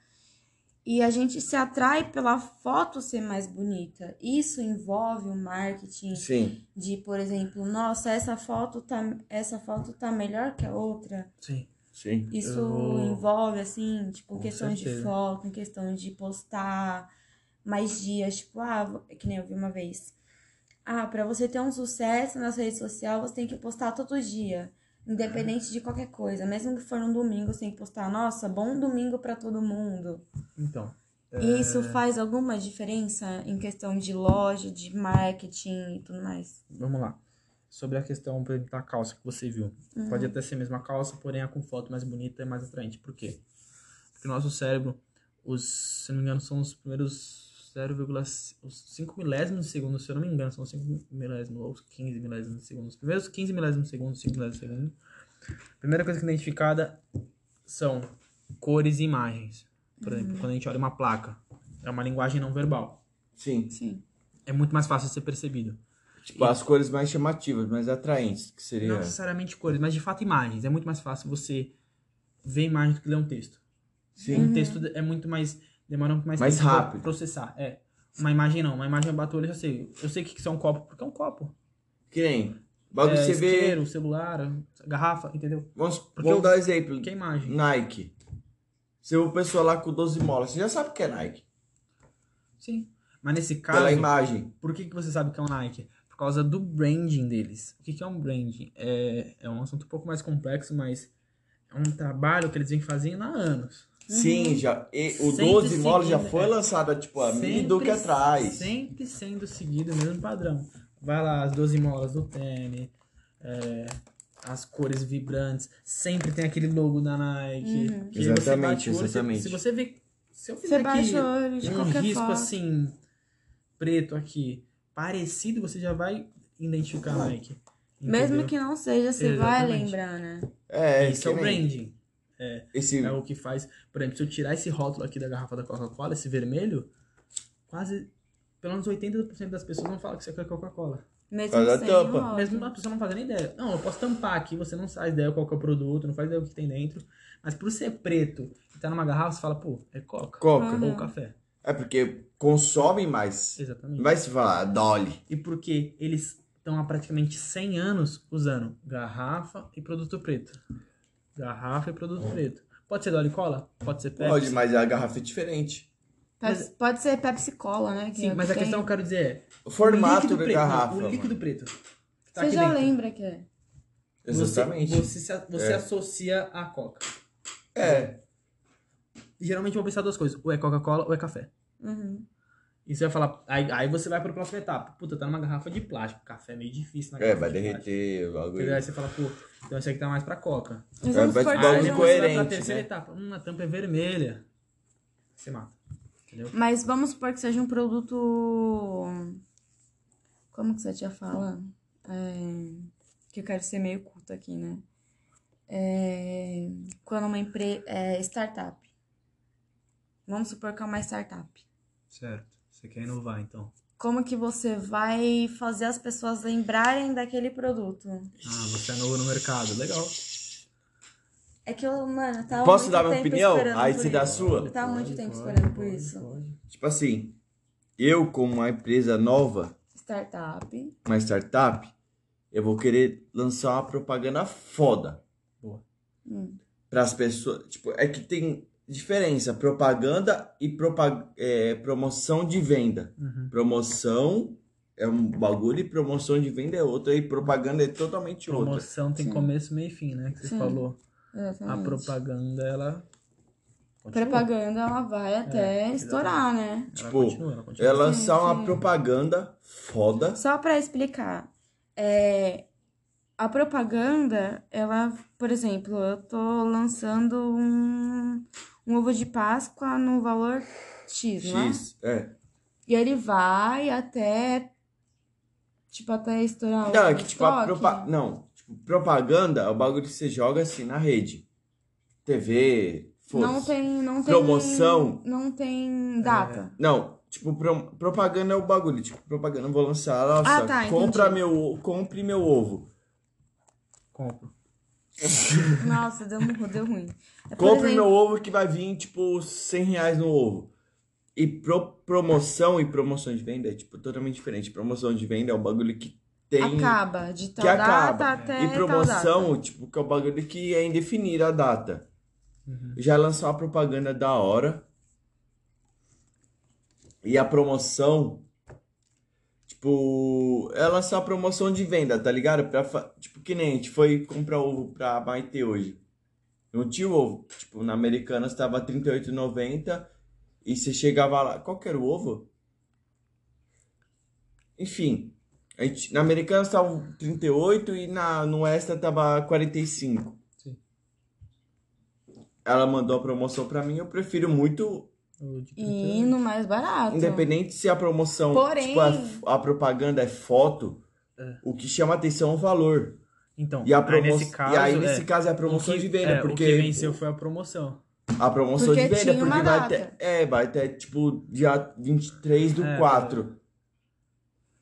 S2: E a gente se atrai pela foto ser mais bonita. Isso envolve o marketing
S3: Sim.
S2: de, por exemplo, nossa, essa foto tá, essa foto tá melhor que a outra.
S4: Sim.
S3: Sim.
S2: Isso
S4: Eu-
S2: envolve, assim, tipo,
S4: Com
S2: questão de
S4: certeza.
S2: foto, em questão de postar mais dias, tipo, ah, vo- que nem eu vi uma vez. Ah, pra você ter um sucesso nas redes sociais, você tem que postar todo dia, independente de qualquer coisa. Mesmo que for um domingo, você tem que postar, nossa, bom domingo pra todo mundo.
S4: Então.
S2: E isso faz alguma diferença em questão de loja, de marketing e tudo mais?
S4: vamos lá. Sobre a questão por exemplo, da calça que você viu. Pode até ser a mesma calça, porém a com foto mais bonita é mais atraente. Por quê? Porque o nosso cérebro, os, se não me engano, são os primeiros 0,5 os 5 milésimos de segundo, se eu não me engano, são 5 milésimos ou 15 milésimos de segundo. Os primeiros 15 milésimos de segundo, 5 milésimos de segundo. A primeira coisa que é identificada são cores e imagens. Por exemplo, quando a gente olha uma placa, é uma linguagem não verbal.
S3: Sim.
S2: Sim.
S4: É muito mais fácil de ser percebido.
S3: Tipo, as cores mais chamativas, mais atraentes, que seria.
S4: Não necessariamente cores, mas de fato imagens. É muito mais fácil você ver imagem do que ler um texto.
S3: Sim.
S4: Um texto é muito mais. Demora muito mais,
S3: Mais
S4: tempo pra
S3: rápido.
S4: processar. É. Uma imagem não. Uma imagem é eu bato o olho e já sei. Eu sei o que que isso é um copo, porque é um copo.
S3: Que nem.
S4: É,
S3: Bagulho você vê.
S4: isqueiro, celular, garrafa, entendeu?
S3: Vamos,
S4: Porque
S3: vamos
S4: eu-
S3: dar um exemplo.
S4: Que é imagem.
S3: Nike. Você vê o pessoal lá com 12 molas, você já sabe o que é Nike.
S4: Sim. Mas nesse
S3: Pela
S4: caso,
S3: imagem.
S4: por que, que você sabe que é um Nike? Por causa do branding deles. O que, que é um branding? É, é um assunto um pouco mais complexo, mas é um trabalho que eles vêm fazendo há anos.
S3: Sim, já. e o
S4: Uhum. Sempre
S3: 12 molas já
S4: seguindo,
S3: foi
S4: é.
S3: lançada, tipo, a
S4: Sempre-
S3: mil do que atrás.
S4: Sempre sendo seguido o mesmo padrão. Vai lá, as 12 molas do tênis, é, as cores vibrantes, sempre tem aquele logo da Nike. que você
S3: Exatamente,
S4: bate o olho, se-
S3: exatamente.
S4: Se você vê. Se eu
S2: Uhum. Você
S4: fizer aqui
S2: baixa o olho de
S4: um
S2: qualquer
S4: risco
S2: forma.
S4: assim, preto aqui, parecido, você já vai identificar a Nike.
S2: Mesmo
S4: entendeu?
S2: que não seja, você vai
S4: Exatamente.
S2: lembrar, né?
S3: É,
S4: Esse é o
S3: que nem-
S4: branding.
S3: Esse,
S4: É o que faz. Por exemplo, se eu tirar esse rótulo aqui da garrafa da Coca-Cola, esse vermelho, quase. Pelo menos 80% das pessoas não falam que isso aqui é Coca-Cola.
S2: Mesmo
S3: Faz a
S2: sem
S3: tampa.
S2: o rótulo.
S4: Mesmo a pessoa não fazendo ideia. Não, eu posso tampar aqui, você não faz ideia qual que é o produto, não faz ideia o que tem dentro. Mas por ser preto e tá numa garrafa, você fala, pô, é Coca.
S3: Coca.
S4: Ou café.
S3: É porque consomem mais.
S4: Exatamente.
S3: Não vai se falar, Dolly.
S4: E porque eles estão há praticamente 100 anos usando garrafa e produto preto. Garrafa e produto preto. Pode ser Dolly Cola? Pode ser Pepsi?
S3: Pode, mas a garrafa é diferente.
S2: Pepsi-
S4: Mas-
S2: pode ser Pepsi Cola, né? que é
S4: Sim,
S2: o
S4: mas
S2: que
S4: a
S2: tem.
S4: questão que eu quero dizer é,
S3: O formato
S4: líquido
S3: da
S4: preto,
S3: garrafa.
S4: O
S3: mano.
S4: líquido preto. que tá
S2: Você
S4: aqui
S2: já
S4: dentro.
S2: lembra que é.
S4: Você-
S3: Exatamente.
S4: Você, se- você associa à Coca.
S3: É.
S4: E geralmente eu vou pensar duas coisas. Ou é Coca-Cola ou é café.
S2: Uhum.
S4: E você vai falar... Aí, aí você vai pra próxima etapa. Puta, tá numa garrafa de plástico. Café é meio difícil na
S3: É,
S4: garrafa
S3: vai
S4: de plástico.
S3: derreter o
S4: Entendeu? Aí
S3: bagulho.
S4: você fala, pô, então esse aqui tá mais pra Coca.
S2: Mas
S3: É,
S2: vamos
S3: vai te dar
S2: supor que
S3: um
S4: aí
S2: seja
S3: incoerente,
S4: você vai pra terceira
S3: né?
S4: etapa. Hum, a tampa é vermelha. Você mata. Entendeu?
S2: um- Mas vamos supor que seja um produto. Como que você tinha fala? É, Que eu quero ser meio culta aqui, né? É, Quando uma empresa. É, startup. Vamos supor que é uma startup.
S4: Certo. Você quer inovar, então.
S2: Como que você vai fazer as pessoas lembrarem daquele produto?
S4: Ah, você é novo no mercado. Legal.
S2: É que eu, mano, eu tava
S3: Posso
S2: muito
S3: dar minha
S2: tempo
S3: opinião?
S2: esperando
S3: Aí
S2: por
S3: você dá a
S2: isso.
S3: sua?
S2: Eu tava tá muito tempo
S4: Pode,
S2: esperando por
S4: pode,
S2: isso.
S4: pode.
S3: Tipo assim, eu como uma empresa nova,
S2: Startup.
S3: uma startup, eu vou querer lançar uma propaganda foda.
S4: Boa.
S2: Hum.
S3: Para as pessoas, tipo, é que tem diferença propaganda e propa- é, promoção de venda.
S4: Uhum.
S3: Promoção é um bagulho e promoção de venda é outra e propaganda é totalmente outra.
S4: Promoção tem
S2: Sim.
S4: começo, meio e fim, né? Que você
S2: Sim,
S4: falou. A
S2: Exatamente.
S4: propaganda, ela. continua.
S2: propaganda ela vai até estourar, né?
S4: Ela
S3: Tipo,
S4: continua, ela continua.
S3: É lançar uma propaganda foda.
S2: Só pra explicar, é, a propaganda, ela, por exemplo, eu tô lançando um, um ovo de Páscoa no valor X, não é?
S3: X. É.
S2: E ele vai até. Tipo, até estourar
S3: Não,
S2: o
S3: é que tipo, a
S2: estoque.
S3: propa... Não, tipo, propaganda é o bagulho que você joga assim na rede. TV,
S2: Não
S3: foda-se.
S2: tem, não tem.
S3: Promoção.
S2: Não tem data.
S3: Não, tipo, pro- propaganda é o bagulho. Tipo, propaganda, eu vou lançar, nossa,
S2: Ah, tá,
S3: compra
S2: entendi.
S3: meu, o- compre meu ovo.
S4: Compro.
S2: *laughs* Nossa, deu, deu ruim.
S3: É.
S2: É, por
S3: compre
S2: exemplo,
S3: meu ovo que vai vir, tipo, 100 reais no ovo. E pro- promoção e promoção de venda é, tipo, totalmente diferente. Promoção de venda é o bagulho que tem...
S2: Acaba de tal
S3: que
S2: data
S3: acaba.
S2: até.
S3: e
S2: tal
S3: promoção,
S2: data.
S3: tipo, que é o bagulho que é indefinida a data. Já lançou uma propaganda da hora. E a promoção. Tipo, é lançar a promoção de venda, tá ligado? Pra, fa- tipo, que nem a gente foi comprar ovo pra Maite hoje. Não tinha o ovo. Tipo, na Americanas tava R$38,90 e você chegava lá. Qual que era o ovo? Enfim, a gente, na Americanas tava 38 e na, no Extra tava 45.
S4: Sim.
S3: Ela mandou a promoção pra mim, eu prefiro muito,
S4: O de
S2: E no mais barato.
S3: independente se a promoção,
S2: Porém-
S3: tipo, a, f- a propaganda é foto,
S4: É.
S3: o que chama atenção é o valor.
S4: Então,
S3: E, a
S4: aí
S3: promo...
S4: nesse caso,
S3: e aí,
S4: é,
S3: nesse caso, é a
S4: o
S3: promoção
S4: que-
S3: de venda,
S4: é,
S3: porque
S4: o que venceu foi a promoção.
S3: a promoção
S2: Porque
S3: de venda,
S2: tinha uma
S3: porque vai
S2: data.
S3: até, é, vai até, tipo, dia 23 do
S4: É,
S3: 4.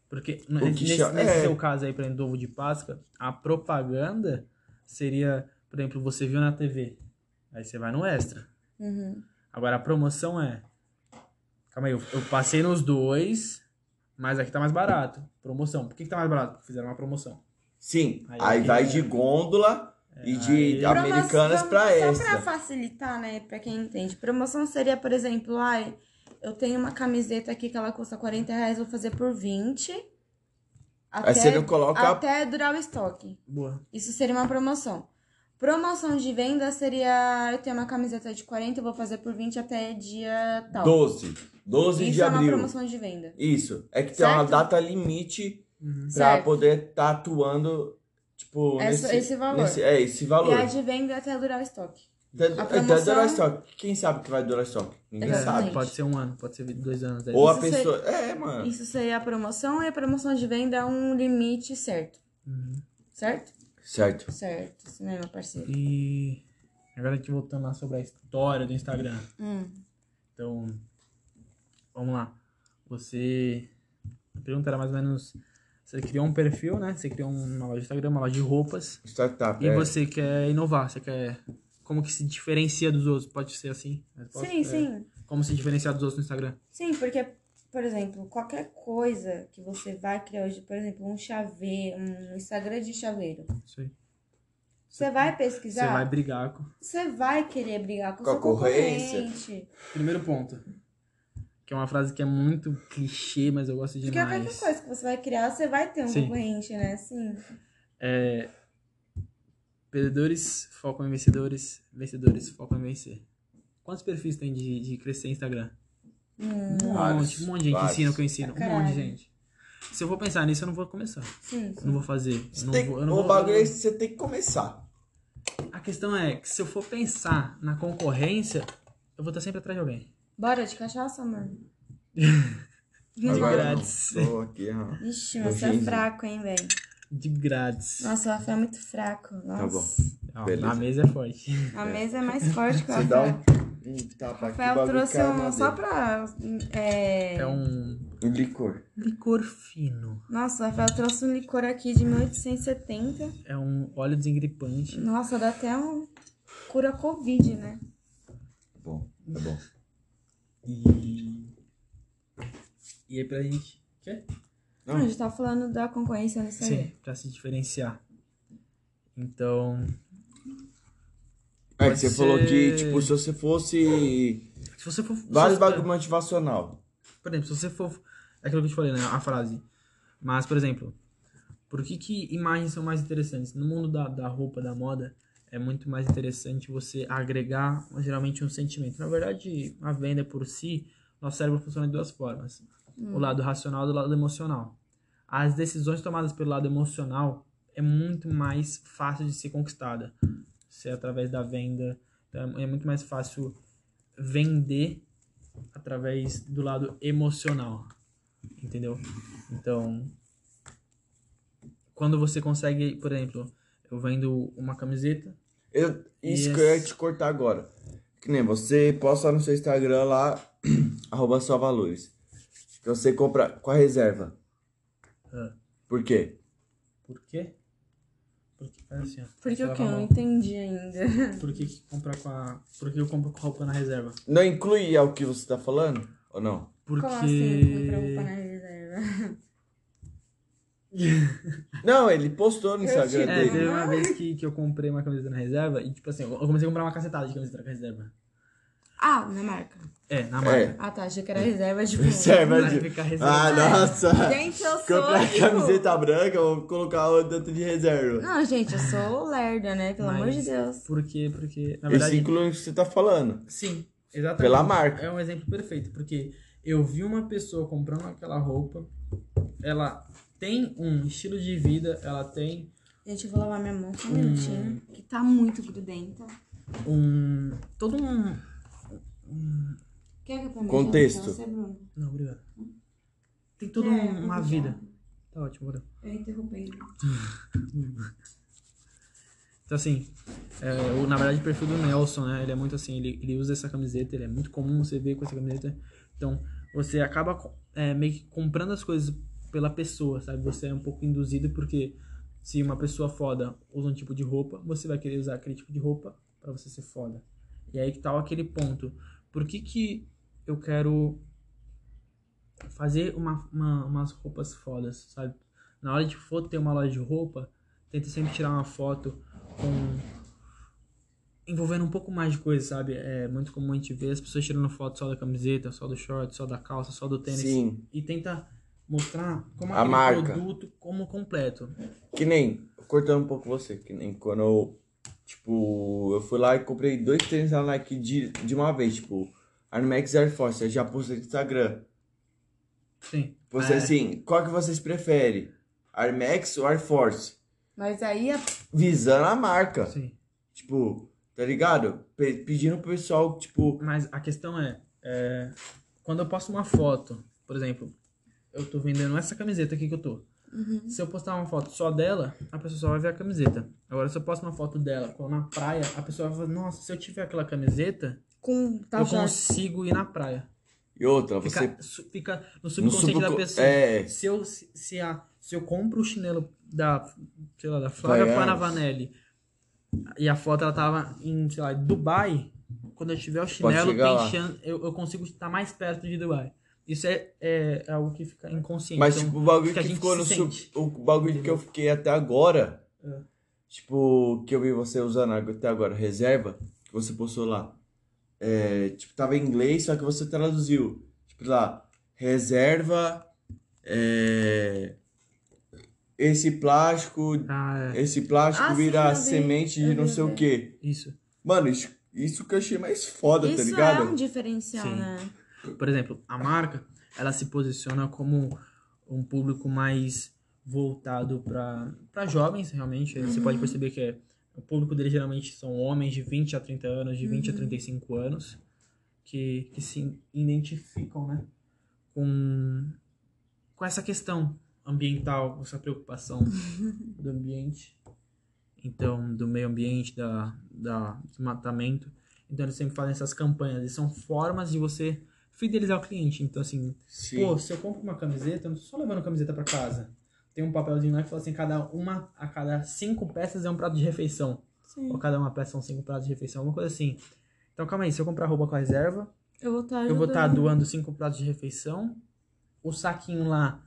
S4: Porque
S3: que
S4: nesse,
S3: cha-
S4: nesse
S3: é.
S4: seu caso aí, por exemplo, do ovo de Páscoa, a propaganda seria, por exemplo, você viu na TV. Aí você vai no extra.
S2: Uhum.
S4: Agora a promoção é. Calma aí, eu, eu passei nos dois, mas aqui tá mais barato. Promoção. Por que, que tá mais barato? Porque fizeram uma promoção.
S3: Sim,
S4: Aí
S3: aí,
S4: é que-
S3: vai de gôndola e de
S4: aí-
S3: Americanas
S2: Promoção-
S3: pra
S2: Só
S3: Extra.
S2: pra facilitar, né, pra quem entende. Promoção seria, por exemplo, ai, eu tenho uma camiseta aqui que ela custa 40 reais, vou fazer por 20. Até,
S3: Aí você não coloca
S2: até durar o estoque.
S4: Boa.
S2: Isso seria uma promoção. Promoção de venda seria eu tenho uma camiseta de 40, eu vou fazer por 20 até dia tal.
S3: 12. 12
S2: então. Isso
S3: de
S2: é uma
S3: abril.
S2: promoção de venda.
S3: Isso. É que tem uma
S2: Certo?
S3: data limite pra
S2: Certo.
S3: poder estar atuando, tipo,
S2: Essa-
S3: nesse,
S2: esse valor.
S3: nesse- é, esse
S2: E
S3: valor. Então, é,
S2: a de venda é até durar o estoque.
S3: Até,
S2: a
S3: até
S2: promoção-
S3: durar estoque. Quem sabe que vai durar estoque? Ninguém
S2: Exatamente.
S3: sabe.
S4: Pode ser um ano, pode ser dois anos. dez
S3: Ou a
S2: Isso se-
S3: pessoa. É, mano.
S2: Isso seria a promoção e a promoção de venda é um limite certo. Certo?
S3: Certo.
S2: Certo, isso mesmo, parceiro.
S4: E agora a gente voltando lá sobre a história do Instagram.
S2: Hum.
S4: Então, vamos lá. Você. A pergunta era mais ou menos. Você criou um perfil, né? Você criou uma loja de Instagram, uma loja de roupas.
S3: Startup.
S4: E
S3: é.
S4: você quer inovar, você quer. Como que se diferencia dos outros? Pode ser assim? A resposta
S2: Sim,
S4: é
S2: sim.
S4: Como se diferenciar dos outros no Instagram?
S2: Sim, porque, por exemplo, qualquer coisa que você vai criar hoje, por exemplo, um chaveiro, um Instagram de chaveiro,
S4: Isso aí.
S2: você vai
S4: Você vai
S2: pesquisar,
S4: brigar com.
S2: você vai querer brigar com,
S3: Com a
S2: seu
S3: concorrência.
S2: concorrente.
S4: Primeiro ponto. Que é uma frase que é muito clichê, mas eu gosto
S2: Porque é
S4: demais.
S2: qualquer coisa que você vai criar, você vai ter um
S4: Sim.
S2: concorrente, né? Sim.
S4: Perdedores focam em vencedores, vencedores focam em vencer. Quantos perfis tem de, de crescer Instagram? Um
S3: Vários,
S4: monte, um monte de gente
S3: vários.
S4: ensina o que eu ensino.
S2: Pra
S4: Um monte de
S2: caralho.
S4: gente. Se eu for pensar nisso, eu não vou começar.
S2: Sim.
S4: Eu não vou fazer.
S3: Você
S4: Eu não
S3: tem-
S4: vou, eu não
S3: o
S4: vou,
S3: bagulho é que você tem que começar.
S4: A questão é que se eu for pensar na concorrência, eu vou estar sempre atrás de alguém.
S2: Bora de cachaça, amor?
S4: *laughs* De
S3: Agora não.
S4: grátis.
S3: Tô aqui, ó.
S2: Ixi,
S3: Eu
S2: mas você é
S3: fiz.
S2: fraco, hein, velho?
S4: De grátis.
S2: Nossa, o Rafa é muito fraco. Nossa.
S3: Tá bom.
S4: Ó,
S3: beleza.
S4: a mesa é forte.
S2: A mesa é mais forte que o
S3: Você dá
S2: Rafael.
S3: um, um tapa aqui. o
S2: Rafael
S3: bagulho
S2: trouxe
S3: cai na
S2: um só
S3: madeira.
S2: pra. É...
S4: É um
S3: Um licor.
S4: licor fino.
S2: Nossa, o Rafael trouxe um licor aqui de 1870.
S4: É um óleo desengripante.
S2: Nossa, dá até um. Cura Covid, né?
S3: Tá bom, tá bom.
S4: E. E aí pra gente. Quê?
S3: Não.
S2: Não, a gente tá falando da concorrência no Instagram.
S4: Sim, pra se diferenciar. Então,
S3: É que
S4: Pode
S3: você
S4: ser-
S3: falou que, tipo, se você fosse.
S4: se você for.
S3: Vários
S4: se você-
S3: bagulho motivacional.
S4: Por exemplo, se você for. É aquilo que eu te falei, né? A frase. Mas, por exemplo, por que, que imagens são mais interessantes? No mundo da, da roupa, da moda, é muito mais interessante você agregar geralmente um sentimento. Na verdade, a venda por si, nosso cérebro funciona de duas formas: o lado racional e o lado emocional. As decisões tomadas pelo lado emocional é muito mais fácil de ser conquistada, se é através da venda. Então, é muito mais fácil vender através do lado emocional, entendeu? Então, quando você consegue, por exemplo, eu vendo uma camiseta,
S3: Eu, isso
S4: Yes.
S3: que eu ia te cortar agora. Que nem você posta no seu Instagram lá, *clears throat* arroba só valores. Que você compra com a reserva.
S4: Ah.
S3: Por quê?
S4: por quê? Porque faz assim, ó.
S2: Porque o
S4: Lava
S2: que
S4: a
S2: eu não
S4: mão.
S2: entendi ainda. *laughs*
S4: Por que, que comprar com a. Por que eu compro com roupa na reserva?
S3: Não inclui ao que você tá falando? Ou não?
S4: Porque.
S2: Como assim comprar roupa na reserva?
S3: Não, ele postou no Instagram
S2: te-
S4: É,
S3: dele.
S4: teve uma vez que, que eu comprei uma camiseta na reserva e, tipo assim, eu comecei a comprar uma cacetada de camiseta na reserva.
S2: Ah, na marca.
S4: É, na
S3: É.
S4: marca.
S2: Ah, tá. Achei que era reserva
S4: *laughs*
S2: de
S3: Reserva de.
S4: Vai ficar reserva.
S3: Ah, nossa.
S2: Gente, eu sou.
S3: Comprar
S2: tipo-
S3: camiseta branca, vou colocar o dentro de reserva.
S2: Não, gente, eu sou lerda, né? Pelo amor de
S4: Mas-
S2: Deus.
S4: Porque, porque,
S3: Esse
S4: na verdade.
S3: inclui o que você tá falando.
S4: Sim, exatamente.
S3: Pela marca.
S4: É um exemplo perfeito, porque eu vi uma pessoa comprando aquela roupa, ela tem um estilo de vida, ela tem
S2: Gente, eu vou lavar minha mão só um minutinho.
S4: Hum.
S2: Que tá muito grudenta.
S4: um. todo um.
S2: Quer que eu ponha
S3: Contexto.
S2: minha chave pra você, Bruno?
S4: Não, obrigado. Tem toda
S2: É,
S4: um- uma
S2: obrigado.
S4: vida. Tá ótimo, bora.
S2: Eu interrompei.
S4: Então, assim, é, o- na verdade, o perfil do Nelson, né? Ele é muito assim, ele, ele usa essa camiseta, ele é muito comum você ver com essa camiseta. Então, você acaba co- é, meio que comprando as coisas pela pessoa, sabe? Você é um pouco induzido, porque se uma pessoa foda usa um tipo de roupa, você vai querer usar aquele tipo de roupa pra você ser foda. E aí que tá aquele ponto. Por que que eu quero fazer uma, uma- umas roupas fodas, sabe? Na hora de for ter uma loja de roupa, tenta sempre tirar uma foto com envolvendo um pouco mais de coisa, sabe? É muito comum a gente ver as pessoas tirando foto só da camiseta, só do short, só da calça, só do tênis
S3: Sim.
S4: e tenta mostrar como
S3: A
S4: aquele
S3: marca.
S4: produto como completo.
S3: Que nem, cortando um pouco você, que nem quando eu, tipo, eu fui lá e comprei dois tênis da Nike de, de uma vez, tipo, Air Max e Air Force, eu já postei no Instagram.
S4: Sim.
S3: Postei
S4: É.
S3: assim, qual que vocês preferem? Air Max ou Air Force?
S2: Mas aí a
S3: Visando a marca,
S4: Sim.
S3: tipo, tá ligado? Pe- pedindo pro pessoal, tipo,
S4: Mas a questão é, é, quando eu posto uma foto, por exemplo, eu tô vendendo essa camiseta aqui que eu tô. Se eu postar uma foto só dela, a pessoa só vai ver a camiseta. Agora, se eu posto uma foto dela quando na praia, a pessoa vai falar, nossa, se eu tiver aquela camiseta,
S2: com tal
S4: eu
S2: short.
S4: consigo ir na praia.
S3: e outra,
S4: Fica,
S3: você...
S4: su- fica no
S3: no
S4: subconsciente da
S3: subco-
S4: pessoa.
S3: É,
S4: Se eu, se, se a, se eu compro o chinelo da, sei lá, da Flávia
S3: Vaianas.
S4: Panavanelli e a foto ela tava em, sei lá, Dubai, quando eu tiver o
S3: Pode
S4: chinelo,
S3: chegar
S4: tem
S3: lá.
S4: chan- eu, eu consigo estar mais perto de Dubai. Isso é, é, é algo que fica inconsciente.
S3: Mas,
S4: Então,
S3: tipo, o bagulho
S4: que
S3: que,
S4: a gente
S3: ficou
S4: se
S3: no sub...
S4: sente.
S3: O bagulho que eu fiquei até agora...
S4: É.
S3: Tipo, que eu vi você usando até agora, reserva, que você postou lá. É, tipo, tava em inglês, só que você traduziu. Tipo, lá, reserva... é, esse plástico...
S4: Ah, é.
S3: Esse plástico
S2: Ah, sim,
S3: vira
S2: eu vi.
S3: semente
S2: Eu
S3: de não
S2: vi, eu
S3: sei o
S2: vi.
S3: quê.
S4: Isso.
S3: Mano, isso, isso que eu achei mais foda, tá
S2: Isso é
S3: ligado?
S2: um diferencial,
S4: Sim.
S2: né?
S4: Por exemplo, a marca, ela se posiciona como um público mais voltado para jovens, realmente. Você pode perceber que é, o público dele geralmente são homens de 20 a 30 anos, de 20 a 35 anos, que, que se identificam né, com, com essa questão ambiental, com essa preocupação do ambiente. Então, do meio ambiente, da, da desmatamento. Então, eles sempre fazem essas campanhas. E são formas de você fidelizar o cliente. Então, assim,
S3: Sim.
S4: pô, se eu compro uma camiseta, eu não tô só levando camiseta pra casa. Tem um papelzinho lá que fala assim, cada uma, a cada cinco peças é um prato de refeição.
S2: Sim.
S4: Ou cada uma peça são cinco pratos de refeição, alguma coisa assim. Então, calma aí, se eu comprar roupa com a reserva,
S2: Eu vou tá estar
S4: eu vou estar doando cinco pratos de refeição. O saquinho lá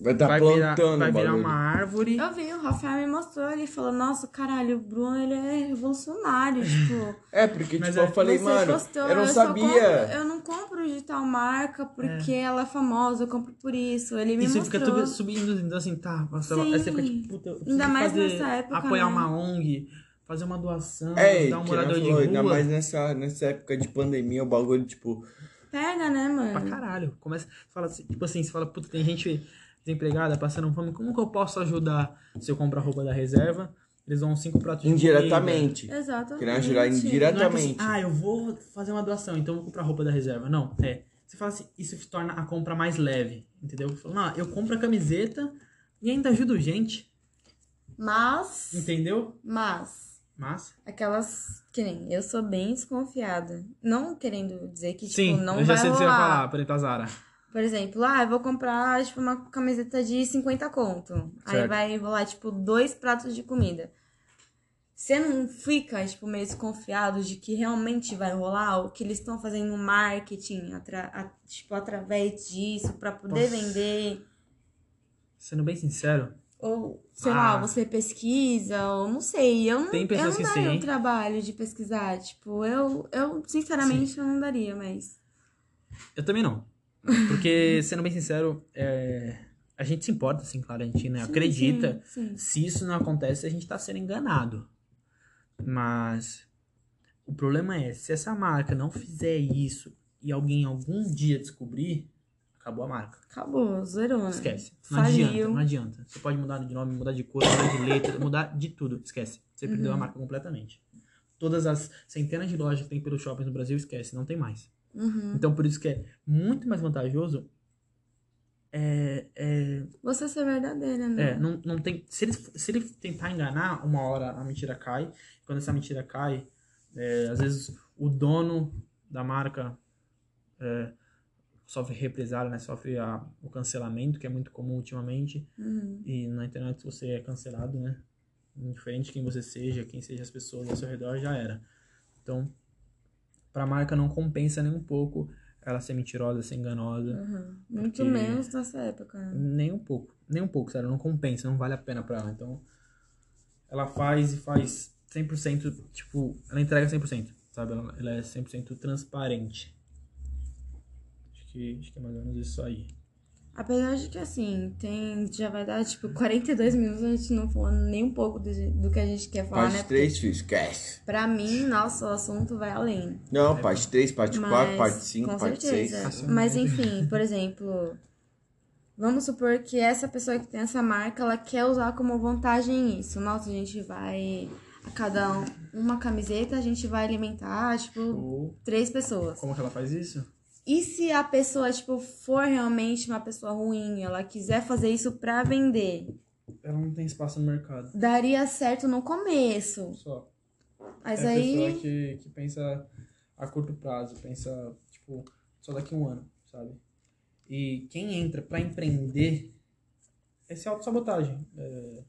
S3: vai tá
S4: vai virar,
S3: plantando
S4: vai
S3: o
S4: virar
S3: bagulho.
S4: uma árvore.
S2: Eu vi, o Rafael me mostrou, ele falou, nossa, caralho, o Bruno, ele é
S4: *laughs*
S2: revolucionário, tipo...
S3: É, porque,
S4: Mas
S3: tipo,
S4: é-
S3: eu falei,
S2: você
S3: mano,
S2: postou,
S3: eu não
S2: só
S3: sabia.
S2: compro- eu não compro de tal marca porque ela é famosa, eu compro por isso. Ele me
S4: E você fica
S2: mostrou.
S4: tudo subindo, então assim, tá, nossa,
S2: Sim.
S4: aí você fica tipo, puta, eu preciso
S2: Ainda mais
S4: fazer,
S2: nessa época,
S4: apoiar
S2: né?
S4: uma ONG, fazer uma doação,
S3: É,
S4: dar um
S3: que nem eu
S4: morador de
S3: falou, ainda
S4: rua.
S3: mais nessa, nessa época de pandemia, o bagulho, tipo,
S2: Pega, né,
S4: pra
S2: mano?
S4: caralho. Começa, você fala, assim, tipo assim, você fala, puta, tem gente desempregada passando fome, como que eu posso ajudar se eu comprar roupa da reserva? Eles dão cinco pratos de comida.
S3: indiretamente.
S2: Exatamente.
S3: Que nem ajudar indiretamente.
S4: Não é que assim, ah, eu vou fazer uma doação, então eu vou comprar roupa da reserva. Não, é. Você fala assim, isso se torna a compra mais leve, entendeu? Você fala, Não, eu compro a camiseta e ainda ajudo gente,
S2: Mas,
S4: entendeu?
S2: mas,
S4: Mas,
S2: aquelas. Que nem, eu sou bem desconfiada. Não querendo dizer que, tipo,
S4: sim,
S2: não
S4: eu já
S2: vai
S4: sei o que você vai
S2: rolar.
S4: falar, por exemplo, a Zara.
S2: Por exemplo, ah, eu vou comprar, tipo, uma camiseta de 50 conto. Aí
S4: Certo.
S2: vai rolar, tipo, dois pratos de comida. Você não fica, tipo, meio desconfiado de que realmente vai rolar o que eles estão fazendo marketing, atra- a- tipo, através disso, pra poder
S4: Nossa.
S2: vender.
S4: Sendo bem sincero,
S2: Ou, sei
S4: Ah.
S2: lá, você pesquisa, ou não sei. Eu não,
S4: Tem pessoas
S2: eu não
S4: que
S2: daria
S4: sim.
S2: o trabalho de pesquisar. Tipo, eu, eu sinceramente, não daria, mas...
S4: eu também não.
S2: *laughs*
S4: Porque, sendo bem sincero, é, a gente se importa, assim, claro, a gente né,
S2: Sim,
S4: acredita.
S2: Sim, sim.
S4: Se isso não acontece, a gente tá sendo enganado. Mas o problema é, se essa marca não fizer isso e alguém algum dia descobrir, acabou a marca.
S2: Acabou, zerou, né?
S4: Esquece. Não
S2: Faliu.
S4: adianta, não adianta. Você pode mudar de nome, mudar de cor, mudar de letra, *laughs* mudar de tudo. Esquece. Você perdeu a
S2: Uhum.
S4: marca completamente. Todas as centenas de lojas que tem pelos shoppings no Brasil, esquece, não tem mais.
S2: Uhum.
S4: Então por isso que é muito mais vantajoso é- é
S2: Você ser verdadeira,
S4: É,
S2: né?
S4: não, não tem. Se ele, se ele tentar enganar, uma hora a mentira cai. Quando essa mentira cai, é, às vezes o dono da marca é, sofre represália, né? Sofre a- o cancelamento, que é muito comum ultimamente.
S2: Uhum.
S4: E na internet você é cancelado, né? Indiferente de quem você seja, quem seja as pessoas ao seu redor, já era. Então, pra marca não compensa nem um pouco ela ser mentirosa, ser enganosa.
S2: Uhum. Muito
S4: Porque-
S2: menos nessa época. né?
S4: Nem um pouco. Nem um pouco, sério. Não compensa, não vale a pena pra ela. Então, ela faz e faz 100%, tipo, ela entrega 100%, sabe? Ela, ela é 100% transparente. Acho que, acho que é mais ou menos isso aí.
S2: Apesar de que, assim, tem já vai dar, tipo, 42 minutos a gente não falando nem um pouco do, je- do que a gente quer falar, né?
S3: Parte 3, filho, esquece.
S2: Porque, Pra mim, nossa, o assunto vai além.
S3: Não, parte 3, parte
S2: Mas,
S3: 4, parte 5,
S2: com
S3: parte
S2: certeza.
S3: 6.
S2: Mas, enfim, por exemplo... Vamos supor que essa pessoa que tem essa marca, ela quer usar como vantagem isso. Nossa, a gente vai... A cada um- uma camiseta, a gente vai alimentar, tipo,
S4: Ou,
S2: três pessoas.
S4: como que ela faz isso?
S2: E se a pessoa, tipo, for realmente uma pessoa ruim, ela quiser fazer isso pra vender,
S4: Ela não tem espaço no mercado.
S2: daria certo no começo.
S4: Só.
S2: Mas aí.
S4: É que, que pensa a curto prazo, pensa, tipo, só daqui a um ano, sabe? E quem entra pra empreender, essa é autossabotagem. É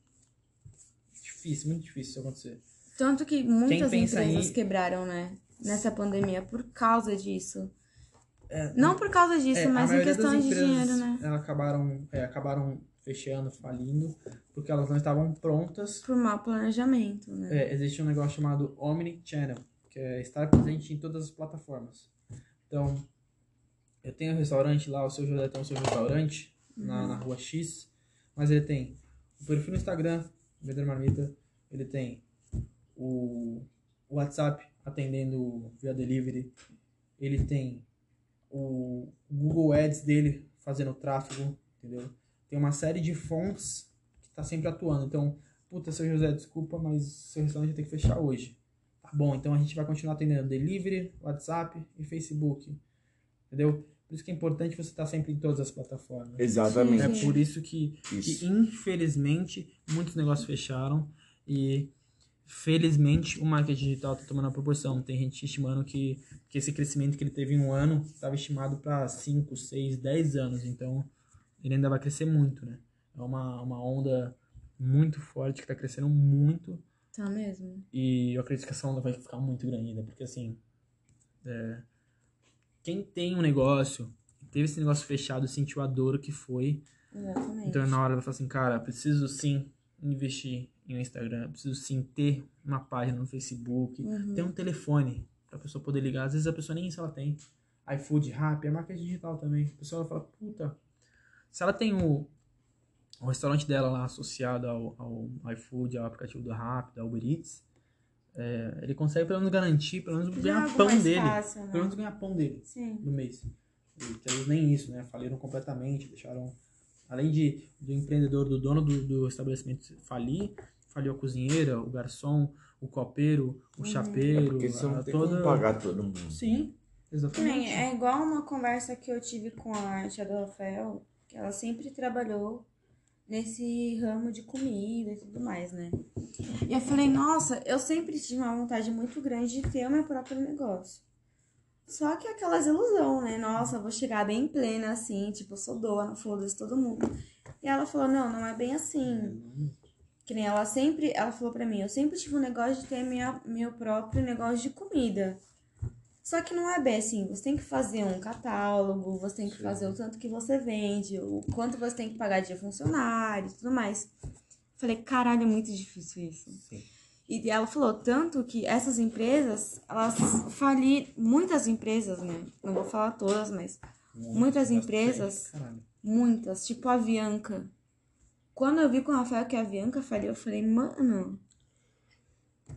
S4: difícil, muito difícil isso acontecer.
S2: Tanto que muitas
S4: pensa
S2: empresas
S4: em-
S2: quebraram, né? Nessa pandemia, por causa disso.
S4: É,
S2: Não por causa
S4: é,
S2: disso,
S4: a
S2: mas em
S4: maioria
S2: questão
S4: das
S2: de
S4: empresas,
S2: dinheiro, né?
S4: Elas acabaram, é, acabaram fechando, falindo, porque elas não estavam prontas.
S2: Por mau planejamento, né?
S4: É, existe um negócio chamado Omnichannel, que é estar presente em todas as plataformas. Então, eu tenho um restaurante lá, o seu José tem o seu restaurante, na, na rua X, mas ele tem o perfil no Instagram, Vender Marmita, ele tem o o WhatsApp atendendo via delivery, ele tem o Google Ads dele fazendo tráfego, entendeu? Tem uma série de fontes que está sempre atuando. Então, puta, seu José, desculpa, mas seu restaurante tem que fechar hoje. Tá bom, então a gente vai continuar atendendo delivery, WhatsApp e Facebook, entendeu? Por isso que é importante você estar sempre em todas as plataformas.
S3: Exatamente.
S4: É
S2: Sim.
S4: por isso que que
S3: Isso.
S4: infelizmente muitos negócios fecharam e felizmente o marketing digital está tomando a proporção. Tem gente estimando que, que esse crescimento que ele teve em um ano estava estimado para 5, 6, 10 anos, então ele ainda vai crescer muito, né? É uma, uma onda muito forte que está crescendo muito
S2: Tá mesmo.
S4: e eu acredito que essa onda vai ficar muito grande ainda, porque assim, é, quem tem um negócio, teve esse negócio fechado, sentiu a dor que foi
S2: Exatamente.
S4: então na hora ela fala assim, cara, preciso sim investir em um Instagram, preciso sim ter uma página no Facebook,
S2: Uhum.
S4: ter um telefone pra pessoa poder ligar. Às vezes a pessoa nem isso ela tem. iFood, Rappi, é marketing digital também. A pessoa ela fala, puta, se ela tem o, o restaurante dela lá associado ao, ao iFood, ao aplicativo do Rappi, da Uber Eats, É, ele consegue pelo menos garantir, pelo menos
S5: Já é
S4: ganhar
S5: algo
S4: um pão
S5: mais
S4: dele.
S5: fácil, né?
S4: Pelo menos ganhar pão dele
S5: Sim.
S4: no mês. E Telos nem isso, né? Faliram completamente, deixaram. Além de, do empreendedor, do dono do, do estabelecimento falir, faliu a cozinheira, o garçom, o copeiro,
S2: Uhum.
S4: o chapeiro,
S3: É Porque você
S4: a,
S3: não tem
S4: toda.
S3: como pagar todo mundo.
S4: Sim,
S5: Que nem,
S4: exatamente.
S5: é igual uma conversa que eu tive com a tia do Rafael,
S2: que ela sempre trabalhou nesse ramo de comida e tudo mais, né? E eu falei, nossa, eu sempre tive uma vontade muito grande de ter o meu próprio negócio. Só que aquelas ilusão, né? Nossa, eu vou chegar bem plena assim, tipo, eu sou dona, foda-se todo mundo. E ela falou, não, não é bem assim. Que nem ela sempre, ela falou pra mim, eu sempre tive um negócio de ter minha, meu próprio negócio de comida. Só que não é bem assim, você tem que fazer um catálogo, você tem que fazer o tanto que você vende, o quanto você tem que pagar de funcionário e tudo mais. Falei, caralho, é muito difícil isso. E ela falou tanto que essas empresas, elas faliram, muitas empresas, né? Não vou falar todas, mas muitas empresas,
S4: Caralho.
S2: muitas, tipo a Avianca. Quando eu vi com o Rafael que é a Avianca faliu, eu falei, mano.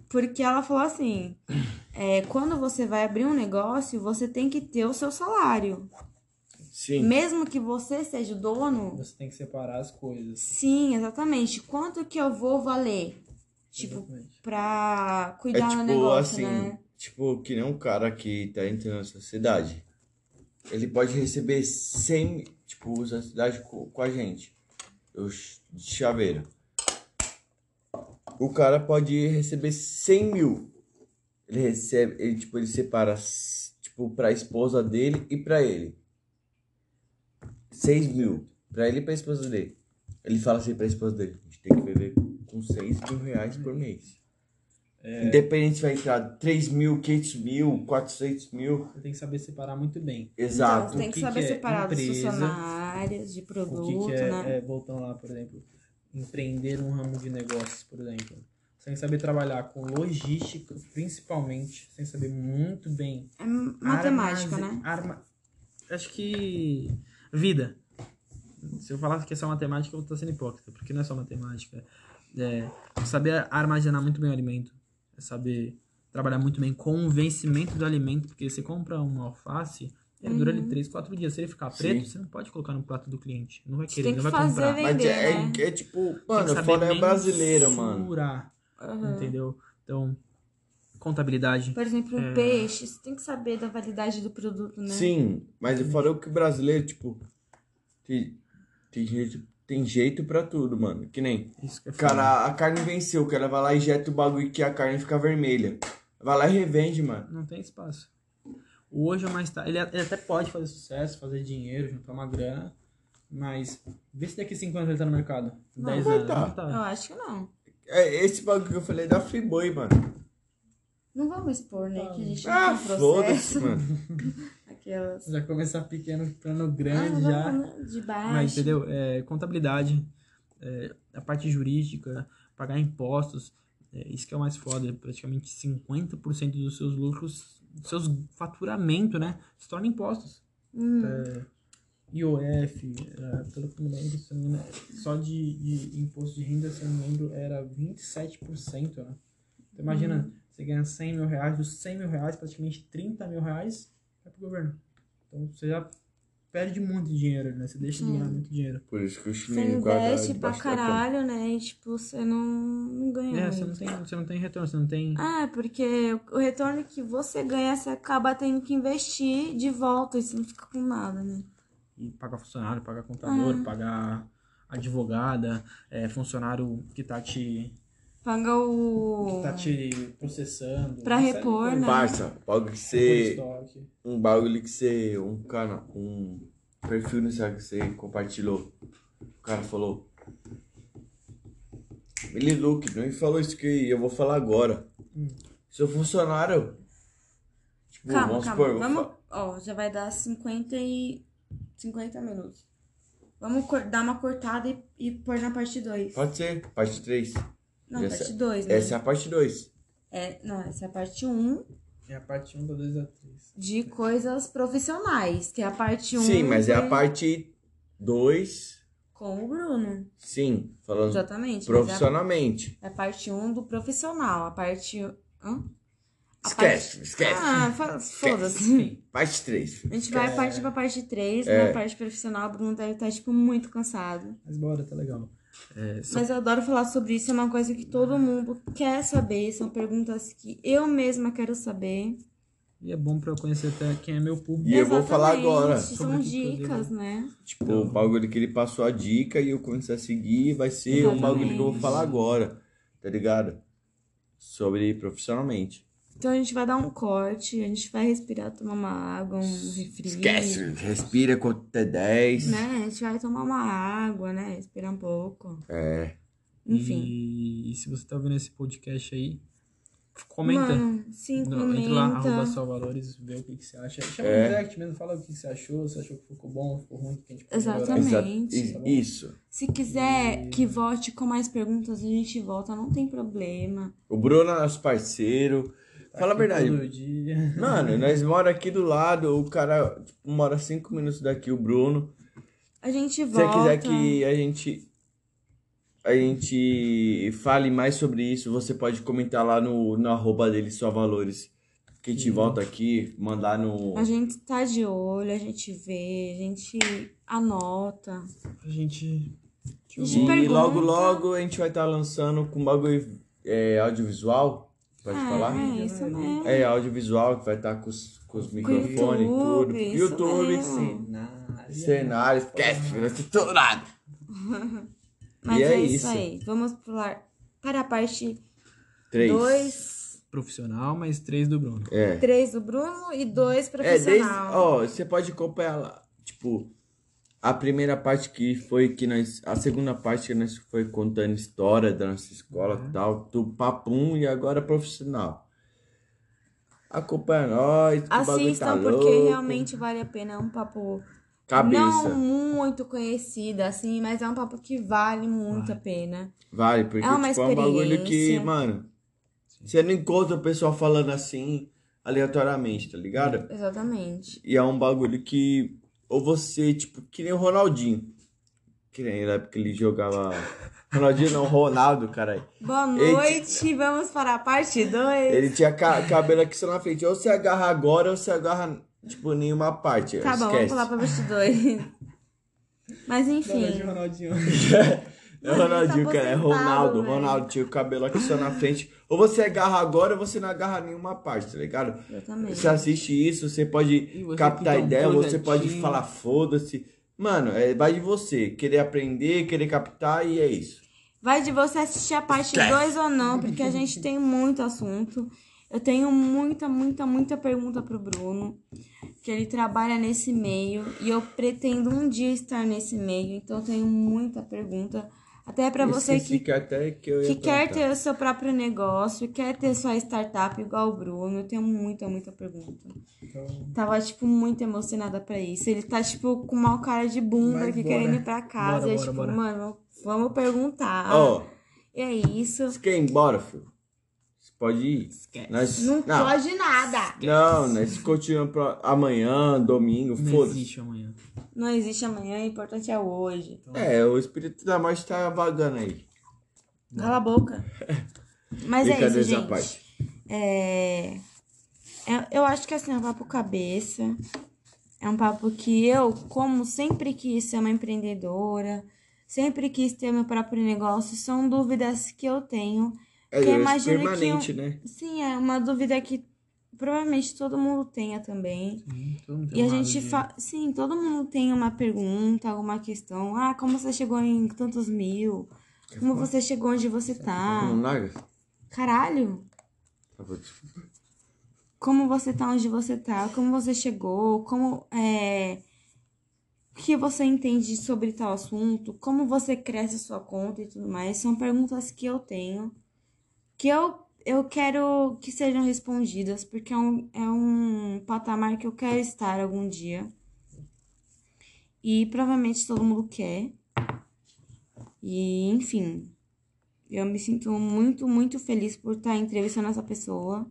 S2: Porque ela falou assim: é, quando você vai abrir um negócio, você tem que ter o seu salário.
S3: Sim.
S2: Mesmo que você seja o dono,
S4: Você tem que separar as coisas.
S2: sim, exatamente. Quanto que eu vou valer? Tipo,
S4: Exatamente.
S2: pra
S3: É
S2: cuidar do
S3: tipo
S2: negócio,
S3: assim,
S2: né?
S3: tipo, que nem um cara que tá entrando na sociedade. Ele pode receber 100, tipo, usa a cidade co- com, a gente. Eu, ch- de chaveira. O cara pode receber 100 mil. Ele recebe, ele, tipo, ele separa, s- tipo, pra esposa dele e pra ele. 6 mil. Pra ele e pra esposa dele. Ele fala assim pra esposa dele, a gente tem que viver com 6 mil reais
S2: Uhum.
S3: por mês.
S2: É.
S3: Independente se vai entrar 3 mil, 500 mil, 400 mil.
S4: Você tem que saber separar muito bem.
S2: Então,
S3: Exato.
S2: você tem
S4: O
S2: que
S4: que
S2: saber
S4: que é
S2: separar dos
S4: empresa,
S2: funcionários, de
S4: O que,
S2: produto,
S4: que é,
S2: né?
S4: é, voltando lá, por exemplo, empreender um ramo de negócios, por exemplo. Você tem que saber trabalhar com logística, principalmente. Você tem que saber muito bem.
S2: É, matemática,
S4: armazen-
S2: né?
S4: arma- Acho que. Vida. Se eu falar que é só matemática, eu vou estar sendo hipócrita, porque não é só matemática. É saber armazenar muito bem o alimento. É saber trabalhar muito bem com o vencimento do alimento, porque você compra uma alface. Ele dura
S2: Uhum.
S4: ali 3, 4 dias. Se ele ficar preto,
S3: Sim.
S4: você não pode colocar no prato do cliente. Não vai
S2: Você
S4: querer,
S2: tem
S4: não
S2: que
S4: vai
S2: fazer
S4: comprar.
S2: vender,
S3: Mas é,
S2: né?
S3: é, é tipo,
S4: Tem que
S3: mano,
S4: saber
S3: fora é brasileiro,
S4: mensurar,
S3: mano.
S4: Entendeu? Então, contabilidade.
S2: Por exemplo,
S4: É.
S2: o peixe, você tem que saber da validade do produto, né?
S3: Sim, mas eu falo que o brasileiro, tipo, tem, tem jeito, tem jeito pra tudo, mano. Que nem,
S4: Isso que eu falo.
S3: cara, a carne venceu, o cara vai lá e jeta o bagulho que a carne fica vermelha. Vai lá e revende, mano.
S4: Não tem espaço. Hoje ou mais tarde. Ele, ele até pode fazer sucesso, fazer dinheiro, juntar uma grana. Mas vê se daqui 5 anos ele tá no mercado.
S2: Não
S4: 10
S3: vai
S4: anos.
S3: tá.
S4: Não
S2: Eu
S4: tá.
S2: acho que não.
S3: É esse bagulho que eu falei é da Friboi, mano.
S2: Não vamos expor, né? Que a gente não
S3: Ah,
S2: tem processo.
S3: foda-se, mano.
S2: Aquelas.
S4: Já começar pequeno, plano
S2: Ah,
S4: grande É, já.
S2: vamos de baixo.
S4: Mas, entendeu? É, contabilidade, é, a parte jurídica, pagar impostos, é, isso que é o mais foda. Praticamente 50% dos seus lucros, dos seus faturamento, né? Se torna impostos. É, IOF, é, pelo que eu me lembro, se eu não me engano, só de, de imposto de renda, se eu não me lembro, era 27%, né? Então, imagina, você ganha 100 mil reais, dos 100 mil reais, praticamente 30 mil reais vai pro governo. Então, você já perde muito dinheiro, né? Você deixa de ganhar
S2: Hum.
S4: muito dinheiro.
S3: Por isso que o
S2: Você
S3: chinês
S2: investe pra caralho, né? E tipo, você não, não ganha.
S4: É,
S2: muito.
S4: você não, tem, você não tem retorno, você não tem.
S2: Ah, porque o retorno que você ganha, você acaba tendo que investir de volta. Isso não fica com nada, né?
S4: E pagar funcionário, pagar contador,
S2: Ah.
S4: pagar advogada, é, funcionário que tá te.
S2: Paga o.
S4: que tá te processando.
S2: Pra
S4: uma série de
S2: repor,
S4: coisas.
S2: né?
S3: Parça, bagulho que
S4: Repor
S3: você.
S4: estoque.
S3: um bagulho que você. Um cara. Um perfil no Instagram que você compartilhou. O cara falou. Ele Luke, não me falou isso que eu vou falar agora. Seu funcionário. Tipo,
S2: Calma,
S3: vamos
S2: calma.
S3: supor. eu vou
S2: Vamos.
S3: fa-
S2: Ó, já vai dar 50 e. 50 minutos. Vamos cor- dar uma cortada e, e pôr na parte 2.
S3: Pode ser, parte 3.
S2: Não,
S3: Essa-
S2: parte 2, né?
S3: Essa é a parte 2.
S2: É, não, essa é a parte 1 um
S4: É a parte 1 da 2 da 3.
S2: de coisas profissionais, que é a parte 1 um
S3: Sim, mas é a
S2: de-
S3: parte 2.
S2: com o Bruno.
S3: Sim, falando
S2: Exatamente. mas é a-
S3: profissionalmente.
S2: É a parte 1 um do profissional, a parte Hã? A
S3: Esquece, esquece.
S2: Ah, fa- foda-se.
S3: Parte 3.
S2: A gente vai partir pra parte 3,
S3: É.
S2: na parte profissional, o Bruno deve estar, tipo, muito cansado.
S4: Mas bora, tá legal. É, só-
S2: Mas eu adoro falar sobre isso, é uma coisa que
S3: Ah.
S2: todo mundo quer saber, são perguntas que eu mesma quero saber.
S4: E é bom pra eu conhecer até quem é meu público.
S3: E eu vou falar
S2: Exatamente,
S3: agora.
S2: São
S4: Sobre o que eu
S2: dicas, né?
S3: Tipo, o bagulho que ele passou a dica e eu comecei a seguir vai ser um bagulho que eu vou
S2: Exatamente.
S3: falar agora, tá ligado? Sobre profissionalmente.
S2: Então a gente vai dar um corte, a gente vai respirar, tomar uma água, um refri.
S3: Esquece, respira quanto é 10.
S2: Né? A gente vai tomar uma água, né? Respirar um pouco.
S3: É.
S2: Enfim.
S4: E, e se você tá ouvindo esse podcast aí, comenta.
S2: Mano, sim,
S4: No,
S2: comenta.
S4: entra lá, arroba só valores, vê o que, que você acha. Chama
S3: É.
S4: no direct mesmo, fala o que, que você achou, se achou que ficou bom, ficou ruim, o que a gente pode
S2: Exatamente.
S4: melhorar.
S3: Exato.
S2: Exatamente.
S3: is- Isso.
S2: Se quiser que volte com mais perguntas, a gente volta, não tem problema.
S3: O Bruno é nosso parceiro.
S4: Tá
S3: Fala a
S4: aqui
S3: verdade.
S4: todo dia.
S3: Mano, nós mora aqui do lado, o cara tipo, mora cinco minutos daqui, o Bruno.
S2: A gente
S3: Se você quiser
S2: volta.
S3: que a gente a gente fale mais sobre isso, você pode comentar lá no, no arroba dele só valores. Que a gente volta aqui, mandar no.
S2: A gente tá de olho, a gente vê, a gente anota.
S4: A gente. um
S2: A gente
S3: E
S2: pergunta.
S3: logo, logo a gente vai estar lançando com bagulho é, audiovisual. Pode
S2: é,
S3: falar?
S2: É, isso mesmo.
S3: É, audiovisual que vai estar com os, com os microfones,
S2: YouTube,
S3: tudo.
S2: isso
S3: YouTube,
S2: mesmo.
S4: Cenário.
S3: cenário, esquece, vai ser tudo nada.
S2: Mas
S3: E
S2: é,
S3: é
S2: isso,
S3: isso.
S2: aí. Vamos pular para a parte
S3: Três.
S2: 2,
S4: Profissional, mais três do Bruno.
S3: É.
S2: 3 do Bruno e 2
S3: É, desde.
S2: profissional.
S3: Ó, você pode acompanhar lá. Tipo, a primeira parte que foi que nós. A segunda parte que nós foi contando história da nossa escola
S2: Uhum.
S3: e tal. Do papum e agora profissional. Acompanha nós. que o bagulho tá
S2: Assistam, porque
S3: louco.
S2: realmente vale a pena. É um papo
S3: Cabeça.
S2: não muito conhecido, assim, mas é um papo que vale muito a pena.
S3: Vale, porque
S2: É uma
S3: tipo, é um bagulho que,
S2: experiência.
S3: mano. Você não encontra o pessoal falando assim aleatoriamente, tá ligado?
S2: Exatamente.
S3: E é um bagulho que. Ou você, tipo, que nem o Ronaldinho. Que nem na época ele jogava. Ronaldinho não, Ronaldo, caralho.
S2: Boa
S3: Ele-
S2: noite, vamos para a parte 2.
S3: Ele tinha ca- cabelo aqui só na frente. Ou você agarra agora ou você agarra, tipo, nenhuma parte.
S2: Tá bom, vamos
S3: Esquece. *laughs*
S2: pular pra parte 2. Mas enfim,
S4: Ronaldinho.
S3: É o Ronaldinho,
S2: Ele tá
S3: cara. É
S2: aposentado,
S3: Ronaldo.
S2: velho.
S3: Ronaldo tinha o cabelo aqui só na frente. Ou você agarra agora ou você não agarra nenhuma parte, tá ligado?
S2: Exatamente.
S3: Você assiste isso, você pode
S4: E você
S3: captar
S4: fica um
S3: ideia, você
S4: projetinho.
S3: pode falar foda-se. Mano, é, vai de você. Querer aprender, querer captar e é isso.
S2: vai de você assistir a parte 2 ou não, porque a gente tem muito assunto. Eu tenho muita, muita, muita pergunta pro Bruno, que ele trabalha nesse meio e eu pretendo um dia estar nesse meio, então eu tenho muita pergunta. Até pra você
S3: Esqueci
S2: que
S3: até que, eu ia
S2: que quer
S3: perguntar.
S2: ter o seu próprio negócio, quer ter sua startup igual o Bruno, eu tenho muita, muita pergunta.
S4: Então,
S2: Tava, tipo, muito emocionada pra isso. Ele tá, tipo, com uma cara de bunda
S4: Vai,
S2: aqui,
S4: bora.
S2: querendo ir pra casa.
S4: Bora,
S2: e,
S4: bora,
S2: tipo,
S4: bora.
S2: mano, vamos perguntar.
S3: Ó,
S2: E é isso.
S3: você quer ir embora, filho? Você pode ir. Nós,
S2: Não, pode nada.
S3: Não, nós continuamos pra amanhã, domingo,
S4: Não
S3: foda-se.
S4: existe amanhã.
S2: Não existe amanhã, o importante é hoje.
S3: É, o espírito da morte tá vagando aí.
S2: Cala
S3: *laughs*
S2: a boca. Mas é isso,
S3: Brincadeiras à
S2: gente.
S3: parte.
S2: É... é- Eu acho que assim, é um papo cabeça. É um papo que eu, como sempre quis ser uma empreendedora, sempre quis ter meu próprio negócio, são dúvidas que eu tenho.
S3: É,
S2: Porque
S3: eu
S2: imagino que
S3: permanente, né?
S2: Sim, é uma dúvida que provavelmente todo mundo tenha também.
S4: Todo mundo tem
S2: E a
S4: um lado
S2: gente
S4: de-
S2: fa... Sim, todo mundo tem uma pergunta, alguma questão. Ah, como você chegou em tantos mil? Como você chegou onde você
S3: Não
S2: tá?
S3: larga?
S2: Caralho!
S3: Tá bom, desculpa.
S2: como você tá onde você tá, como você chegou, como é o que você entende sobre tal assunto, como você cresce a sua conta e tudo mais, são perguntas que eu tenho que eu eu quero que sejam respondidas, porque é um, é um patamar que eu quero estar algum dia. E provavelmente todo mundo quer. E, enfim, eu me sinto muito, muito feliz por estar entrevistando essa pessoa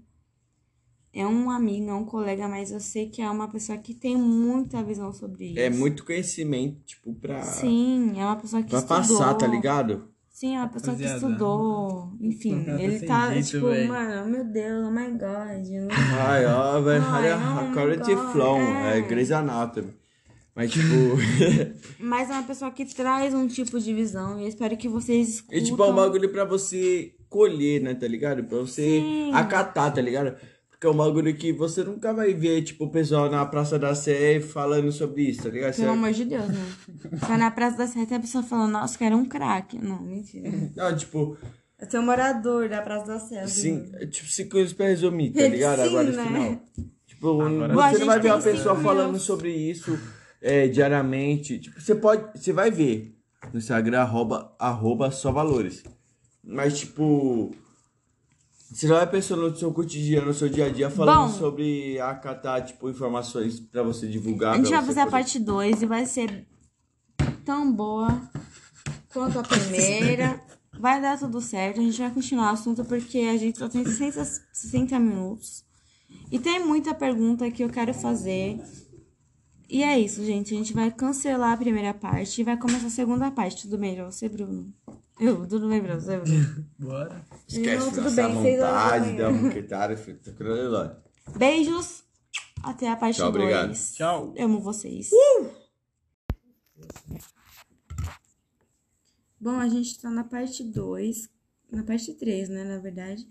S2: é um amigo, é um colega, mas eu sei que é uma pessoa que tem muita visão sobre isso.
S3: É muito conhecimento, tipo, pra,
S2: Sim, é uma pessoa que
S3: pra
S2: estudou.
S3: passar, tá ligado?
S2: Sim, a pessoa que
S6: Rapaziada.
S2: estudou. Enfim,
S6: Tá
S2: ele
S6: sem
S2: tá
S6: jeito,
S2: tipo,
S6: véi.
S2: mano, meu Deus, oh my god. eu não-
S3: Ai, ó, velho,
S2: Ai,
S3: olha
S2: oh my
S3: a Quality
S2: God,
S3: Flow,
S2: é.
S3: é Grey's Anatomy. Mas, tipo, *laughs*
S2: Mas é uma pessoa que traz um tipo de visão e eu espero que vocês escutam.
S3: e tipo, é um bagulho pra você colher, né, tá ligado? Pra você acatar, tá ligado? Porque é um bagulho que você nunca vai ver, tipo, o pessoal na Praça da Sé falando sobre isso, tá ligado? Você-
S2: Pelo amor de Deus, né? Só na Praça da Sé tem a pessoa falando, nossa, que era um craque. Não, mentira.
S3: *laughs* Não, tipo,
S7: Eu sou morador da Praça da Sé.
S2: né?
S3: Sim, é tipo, 5 anos pra resumir,
S2: *laughs*
S3: tá ligado?
S7: Sim,
S3: Agora no
S7: né?
S3: final. Tipo,
S6: Agora
S2: Bom, a
S3: você
S2: gente
S3: não vai ver
S2: tem
S3: uma pessoa
S2: cinco
S3: falando
S2: minutos.
S3: sobre isso é, diariamente. Tipo, você pode. Você vai ver no Instagram, arroba, arroba só valores. Mas, tipo. Você não vai pensando no seu cotidiano, no seu dia a dia, falando
S2: Bom.
S3: sobre acatar, tipo, informações pra você divulgar.
S2: A gente
S3: Tá, pra
S2: vai
S3: você
S2: fazer a
S3: poder-
S2: parte 2 e vai ser tão boa quanto
S3: *laughs*
S2: a primeira. Vai dar tudo certo, a gente vai continuar o assunto porque a gente só tem 60, 60 minutos. E tem muita pergunta que eu quero fazer. E é isso, gente. A gente vai cancelar a primeira parte e vai começar a segunda parte. Tudo bem pra você, Bruno? Eu, tudo bem pra
S3: *laughs*
S2: você, Bruno?
S6: Bora.
S3: Esquece,
S7: Não,
S3: não,
S7: tudo
S3: nossa
S7: bem, seis horas da
S3: vontade,
S7: manhã.
S3: dá uma quitada, fica tranquilo, Eloy.
S2: Beijos. Até a parte
S3: Tchau, obrigado.
S2: 2.
S6: Tchau.
S2: Amo vocês. Bom, a gente tá na parte 2, na parte 3, né, na verdade.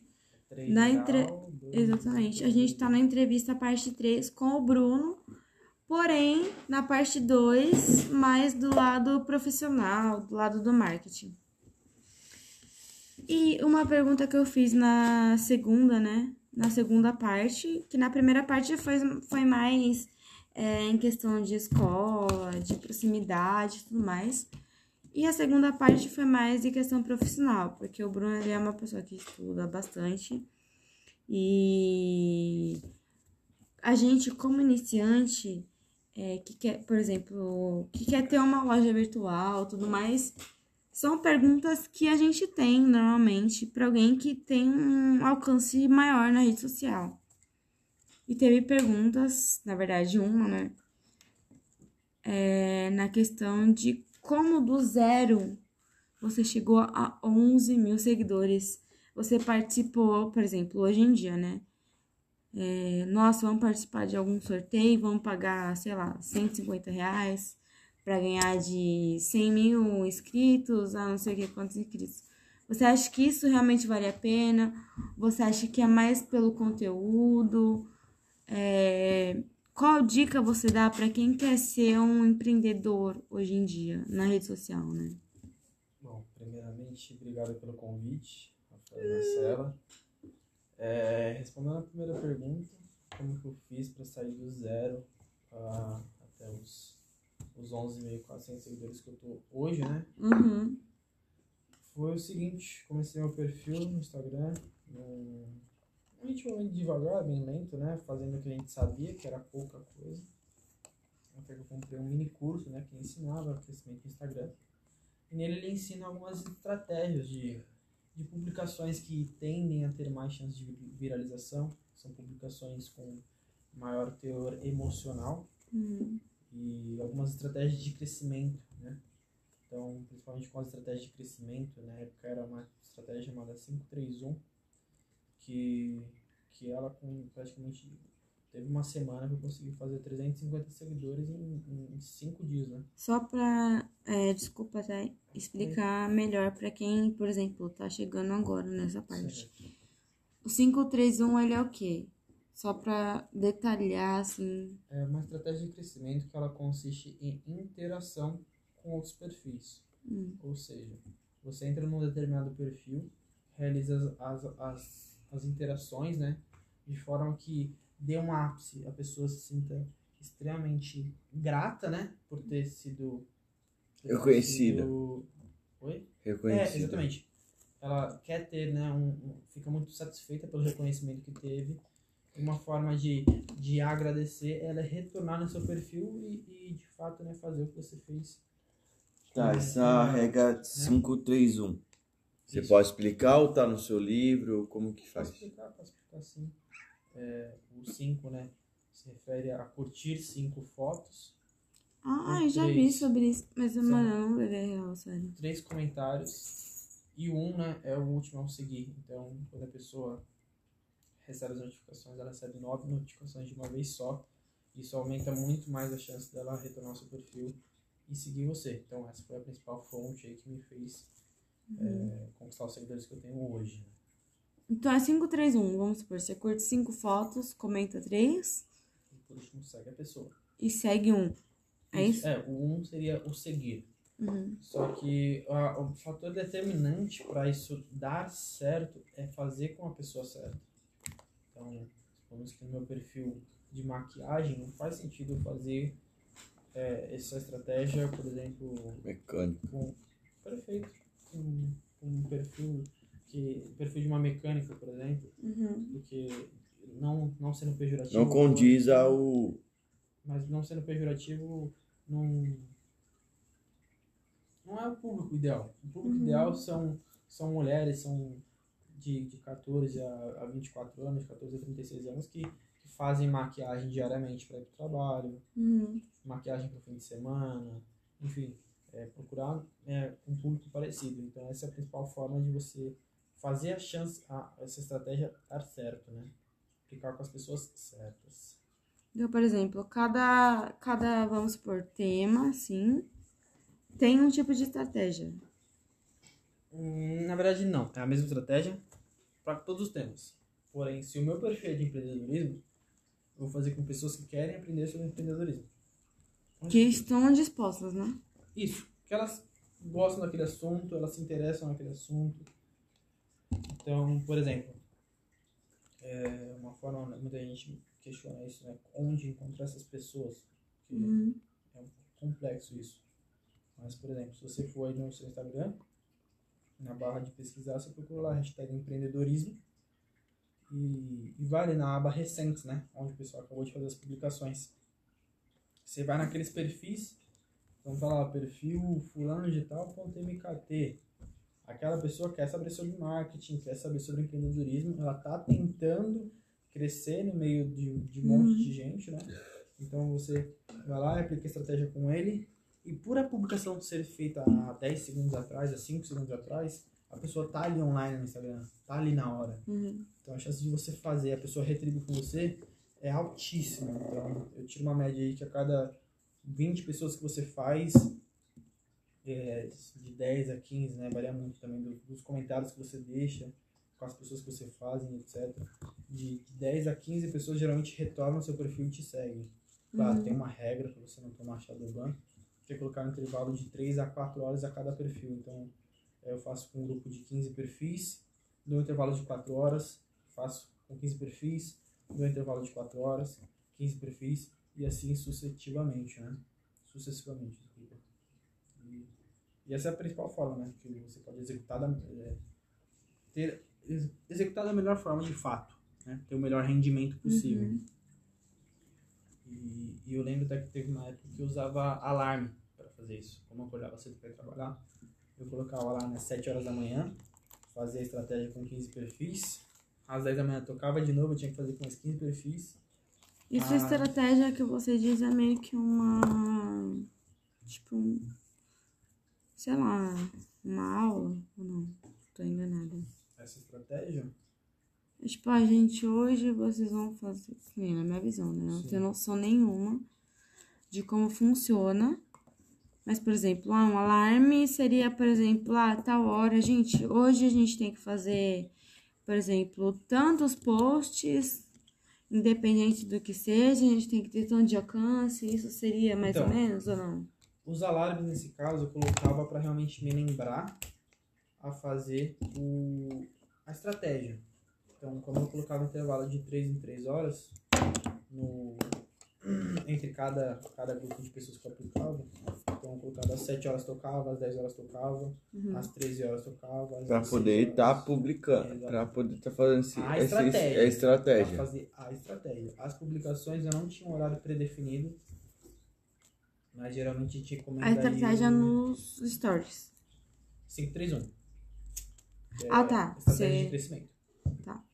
S2: Na entre- Exatamente. A gente tá na entrevista parte 3 com o Bruno, porém, na parte 2, mais do lado profissional, do lado do marketing. E uma pergunta que eu fiz na segunda, né? Na segunda parte, que na primeira parte foi, foi mais é, em questão de escola, de proximidade e tudo mais. E a segunda parte foi mais de questão profissional, porque o Bruno ele é uma pessoa que estuda bastante. E a gente, como iniciante, é, que quer, por exemplo, que quer ter uma loja virtual tudo mais, são perguntas que a gente tem normalmente para alguém que tem um alcance maior na rede social. E teve perguntas, na verdade, uma, né? É, na questão de como do zero você chegou a 11 mil seguidores. Você participou, por exemplo, hoje em dia, né? É, nossa, vamos participar de algum sorteio, vamos pagar, sei lá, 150 reais para ganhar de 100 mil inscritos, a não sei o que, quantos inscritos. Você acha que isso realmente vale a pena? Você acha que é mais pelo conteúdo? É, Qual dica você dá para quem quer ser um empreendedor hoje em dia na rede social, né?
S4: Bom, primeiramente, obrigado pelo convite, Rafael Marcela. É, respondendo a primeira pergunta, como que eu fiz para sair do zero a- até os, os 11.400 seguidores que eu tô hoje, né?
S2: Uhum.
S4: Foi o seguinte, comecei meu perfil no Instagram, num num ritmo muito devagar, bem lento, né? Fazendo o que a gente sabia, que era pouca coisa. Até que eu comprei um mini curso, né? Que ensinava crescimento no Instagram. E nele ele ensina algumas estratégias de, de publicações que tendem a ter mais chance de vi- viralização. São publicações com maior teor emocional e algumas estratégias de crescimento, né? Então, principalmente com as estratégias de crescimento, né, na época era é uma estratégia chamada 531, que, que ela com praticamente teve uma semana que eu consegui fazer 350 seguidores em 5 dias, né?
S2: Só para, desculpa, tá? Explicar melhor para quem, por exemplo, tá chegando agora nessa parte. O 531 ele é o quê? Só para detalhar assim.
S4: É uma estratégia de crescimento que ela consiste em interação com outros perfis.
S2: Hum.
S4: Ou seja, você entra num determinado perfil, realiza as, as, as, as interações, né? De forma que dê um ápice, a pessoa se sinta extremamente grata, né? Por ter sido... por ter
S3: Reconhecida.
S4: sido- Oi? É,
S3: Reconhecido.
S4: exatamente. Ela quer ter, né, um, um- fica muito satisfeita pelo reconhecimento que teve. Uma forma de, de agradecer ela é retornar no seu perfil e, e, de fato, né, fazer o que você fez.
S3: Tá, essa regra é 531. Você
S4: Isso.
S3: pode explicar ou tá no seu livro? Como que
S4: Posso
S3: faz?
S4: explicar, posso explicar sim. É, o 5, né, se refere a curtir cinco fotos,
S2: Ah,
S4: Um,
S2: eu já vi
S4: três.
S2: sobre isso, mas
S4: Sim.
S2: mano, eu não levei a é real, sério.
S4: três comentários E o 1, né, é o último a seguir. Então, quando a pessoa recebe as notificações, ela recebe nove notificações de uma vez só. Isso aumenta muito mais a chance dela retornar ao seu perfil e seguir você. Então, essa foi a principal fonte aí que me fez eh, conquistar os seguidores que eu tenho hoje. né?
S2: Então é 531, vamos supor, você curte 5 fotos, comenta 3
S4: E por último, segue a pessoa.
S2: e segue um. É isso? Uhum.
S4: É, o 1 seria o seguir. Só que a- o fator determinante para isso dar certo é fazer com a pessoa certa. Então, vamos que no meu perfil de maquiagem não faz sentido eu fazer é, essa estratégia, por exemplo,
S3: Mecânico.
S4: Bom, perfeito. Um, um perfil que perfil de uma mecânica, por exemplo,
S2: Uhum.
S4: porque não não sendo pejorativo,
S3: Não condiz ao.
S4: mas não sendo pejorativo, não não é o público ideal. O público ideal são são mulheres, são de, de 14 a, a 24 anos, 14 a 36 anos que, que fazem maquiagem diariamente para ir para o trabalho,
S2: Uhum.
S4: maquiagem para o fim de semana, enfim, é, procurar é, um público parecido. Então essa é a principal forma de você fazer a chance, a, essa estratégia dar certo, né? Ficar com as pessoas certas.
S2: Então, por exemplo, cada, cada, vamos supor, tema, assim, tem um tipo de estratégia.
S4: Hum, Na verdade, não. É a mesma estratégia para todos os temas. Porém, se o meu perfil é de empreendedorismo, eu vou fazer com pessoas que querem aprender sobre empreendedorismo.
S2: Que estão dispostas, né?
S4: Isso, que elas gostam daquele assunto, elas se interessam naquele assunto. Então, por exemplo, é uma forma, né, muita gente questiona isso, né? Onde encontrar essas pessoas? Porque
S2: Uhum. Hum.
S4: é um pouco complexo isso. Mas, por exemplo, se você for aí no seu Instagram, na barra de pesquisar, você procura lá a hashtag empreendedorismo e, e vai ali na aba recentes, né? Onde o pessoal acabou de fazer as publicações. Você vai naqueles perfis então tá lá, perfil fulano de tal ponto MKT. Aquela pessoa quer saber sobre marketing, quer saber sobre empreendedorismo, ela tá tentando crescer no meio de, de um monte de gente, né? Então você vai lá e aplica a estratégia com ele. E por a publicação ser feita há 10 segundos atrás, há 5 segundos atrás, a pessoa tá ali online no Instagram, tá ali na hora. Então a chance de você fazer a pessoa retribuir com você é altíssima. Então eu tiro uma média aí que a cada 20 pessoas que você faz, é, de 10 a 15, né? Varia muito também do- dos comentários que você deixa, com as pessoas que você fazem, etc. De, de 10 a 15 pessoas geralmente retornam seu perfil e te seguem. Claro, tem uma regra para você não tomar shadowban, que é colocar um intervalo de 3 a 4 horas a cada perfil. Então, é, eu faço com um grupo de 15 perfis, dou um intervalo de 4 horas, faço com 15 perfis, dou um intervalo de 4 horas, 15 perfis, e assim sucessivamente, né? Sucessivamente, desculpa. E, e essa é a principal forma, né? Que você pode executar da, é, ter, ex, executar da melhor forma de fato, né? Ter o melhor rendimento possível. E, e eu lembro até que teve uma época que eu usava alarme para fazer isso. Como eu acordava cedo para trabalhar, eu colocava lá nas 7 horas da manhã, fazia a estratégia com 15 perfis. Às 10 da manhã eu tocava de novo, eu tinha que fazer com mais 15 perfis.
S2: E sua
S4: Ah.
S2: estratégia que você diz é meio que uma. Tipo. um- Sei lá, uma aula ou não? Tô enganada.
S4: Essa estratégia
S2: É Tipo, a gente, hoje vocês vão fazer. que nem Na minha visão, né? Eu não
S4: Sim.
S2: tenho noção nenhuma de como funciona. Mas, por exemplo, ah, um alarme seria, por exemplo, ah, tal hora, gente, hoje a gente tem que fazer, por exemplo, tantos posts, independente do que seja, a gente tem que ter tanto de alcance, isso seria mais ou
S4: Então.
S2: menos ou não?
S4: Os alarmes, nesse caso, eu colocava para realmente me lembrar a fazer o, a estratégia. Então, como eu colocava intervalo de 3 em 3 horas, no, *clears throat* entre cada, cada grupo de pessoas que eu aplicava, então eu colocava às 7 horas tocava, às 10 horas tocava, às 13 horas tocava. às
S3: Pra
S4: 16
S3: poder
S4: horas.
S3: estar publicando.
S4: Exato.
S3: Pra poder estar fazendo esse,
S4: A
S3: esse-
S4: estratégia.
S3: é
S4: Pra
S3: estratégia.
S4: fazer a estratégia. As publicações eu não tinha um horário predefinido, mas geralmente a gente
S2: A
S4: recomendaria...
S2: estratégia tá, nos stories.
S4: 531. Que
S2: Ah, tá.
S4: um. É, Estratégia
S2: Cê-
S4: de crescimento.
S2: Tá.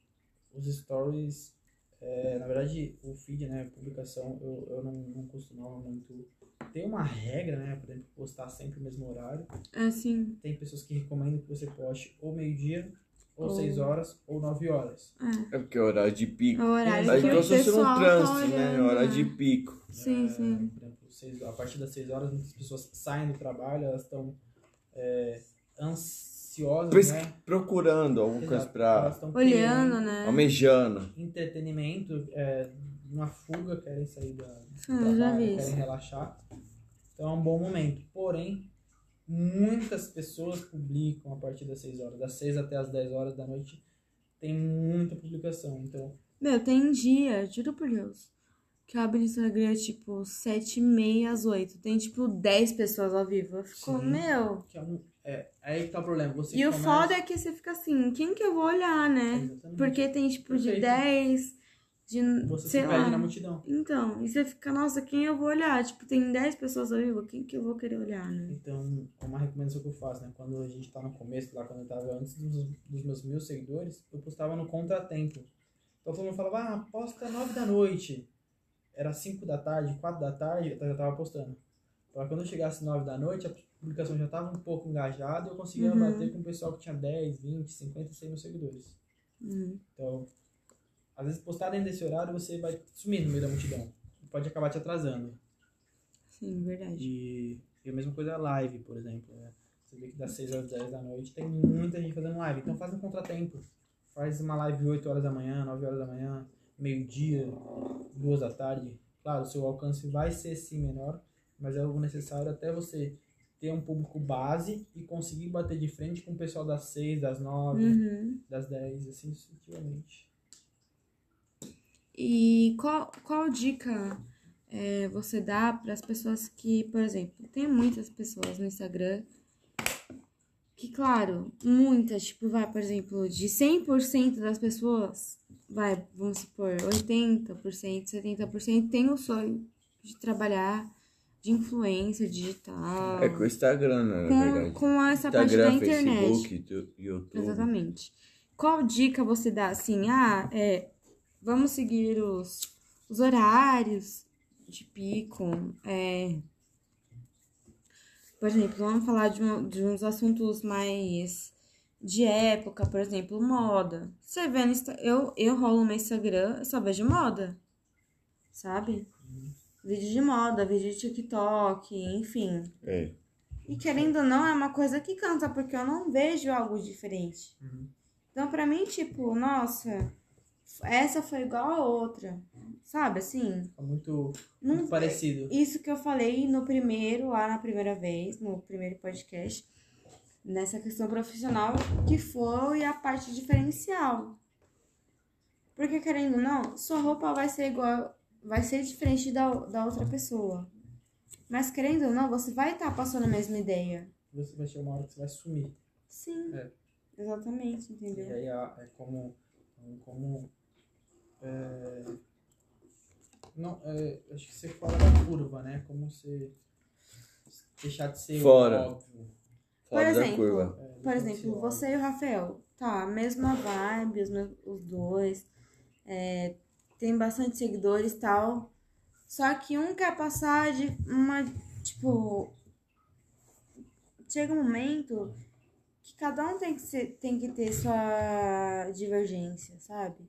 S4: Os stories É, na verdade, o feed, né, publicação, eu, eu não, não costumava muito. Tem uma regra, né, por exemplo, postar sempre o mesmo horário.
S8: É,
S2: assim,
S8: sim.
S4: Tem pessoas que recomendam que você poste ou meio-dia, ou
S8: Ou-
S4: 6 horas, ou 9 horas.
S8: É.
S3: É porque é horário de
S2: É
S3: pico.
S2: o horário
S3: Aí
S2: que
S3: então
S2: o
S3: se você
S2: pessoal
S3: no
S2: tá
S3: trânsito, né?
S2: olhando,
S3: É horário
S2: né?
S3: de pico.
S4: É,
S8: Sim,
S2: Hum.
S8: sim.
S4: Por exemplo, seis- a partir das 6 horas, muitas pessoas saem do trabalho, elas estão é, ansiosas,
S3: Pres-
S4: né?
S3: Procurando alguma coisa
S4: Exato,
S3: pra.
S4: elas estão
S2: Olhando, né?
S3: Almejando.
S4: entretenimento, é, uma fuga, querem sair da, do
S2: Ah, eu já vi
S4: trabalho,
S2: isso.
S4: querem relaxar. Então é um bom momento. Porém, muitas pessoas publicam a partir das 6 horas. Das 6 até as 10 horas da noite tem muita publicação. Então,
S2: Meu, tem dia, juro por Deus, que eu abro o Instagram tipo 7 e meia às 8. Tem tipo 10 pessoas ao vivo. Eu fico,
S4: Sim.
S2: meu.
S4: que é um, é, aí que tá o problema. Você
S2: E o
S4: começa-
S2: foda é que você fica assim, quem que eu vou olhar, né?
S4: Exatamente.
S2: Porque tem tipo de
S4: Perfeito.
S2: 10, de.
S4: você
S2: sei
S4: se perde
S2: lá.
S4: na multidão.
S2: Então, e você fica, nossa, quem eu vou olhar? Tipo, tem 10 pessoas ao vivo, quem que eu vou querer olhar, né?
S4: Então, é uma recomendação que eu faço, né? Quando a gente tá no começo, lá quando eu tava antes dos, dos meus mil seguidores, eu postava no contratempo. Então todo mundo falava, ah, posta nove da noite. Era cinco da tarde, quatro da tarde, eu já tava postando. Então quando eu chegasse nove da noite, a publicação já tava um pouco engajada e eu conseguia
S2: Uhum.
S4: bater com o pessoal que tinha 10, 20, 50, 100 mil seguidores.
S2: Uhum.
S4: Então, às vezes postar dentro desse horário, você vai sumir no meio da multidão. Pode acabar te atrasando.
S2: Sim, verdade.
S4: E, e a mesma coisa é live, por exemplo. Né? Você vê que das 6 às 10 da noite tem muita gente fazendo live. Então faz um contratempo. Faz uma live 8 horas da manhã, 9 horas da manhã, meio-dia, 2 da tarde. Claro, o seu alcance vai ser sim menor, mas é algo necessário até você ter um público base e conseguir bater de frente com o pessoal das 6, das 9,
S2: Uhum.
S4: das 10, assim sucessivamente.
S2: E qual, qual dica é, você dá para as pessoas que, por exemplo, tem muitas pessoas no Instagram que, claro, muitas, tipo, vai, por exemplo, de 100% das pessoas, vai, vamos supor, 80%, 70% tem o sonho de trabalhar de influencer digital.
S3: É com o Instagram, né? Na
S2: Ah. com,
S3: verdade.
S2: com essa
S3: Instagram,
S2: parte da internet.
S3: Facebook, tu- YouTube.
S2: Exatamente. Qual dica você dá assim? Ah, é, vamos seguir os, os horários de pico. É, por exemplo, vamos falar de, um- de uns assuntos mais de época, por exemplo, moda. Você vê no Insta- eu, eu rolo no meu Instagram, eu só vejo moda. Sabe? Vídeo de moda, vídeo de TikTok, enfim.
S3: É.
S2: E querendo ou não, é uma coisa que cansa, porque eu não vejo algo diferente.
S4: Uhum.
S2: Então, pra mim, tipo, nossa, essa foi igual a outra. Sabe, assim,
S4: Fica muito,
S2: não
S4: muito parecido.
S2: isso que eu falei no primeiro, lá na primeira vez, no primeiro podcast, nessa questão profissional, que foi a parte diferencial. Porque, querendo ou não, sua roupa vai ser igual, vai ser diferente da, da outra pessoa. Mas, querendo ou não, você vai estar passando a mesma ideia.
S4: Você vai chegar uma hora que você vai sumir.
S2: Sim.
S4: É.
S2: Exatamente,
S4: E
S2: entendeu?
S4: aí a- é como. como é, não, é, acho que você fora da curva, né? Como você deixar de ser
S3: Fora.
S4: óbvio.
S2: Por
S3: Fora da
S2: exemplo,
S3: curva.
S4: é, deixar de
S2: Por
S4: ser
S2: exemplo,
S4: óbvio.
S2: você e o Rafael, tá, a mesma vibe, os, mes- os dois, é, tem bastante seguidores e tal, só que um quer passar de uma, tipo, chega um momento que cada um tem que, ser, tem que ter sua divergência, sabe?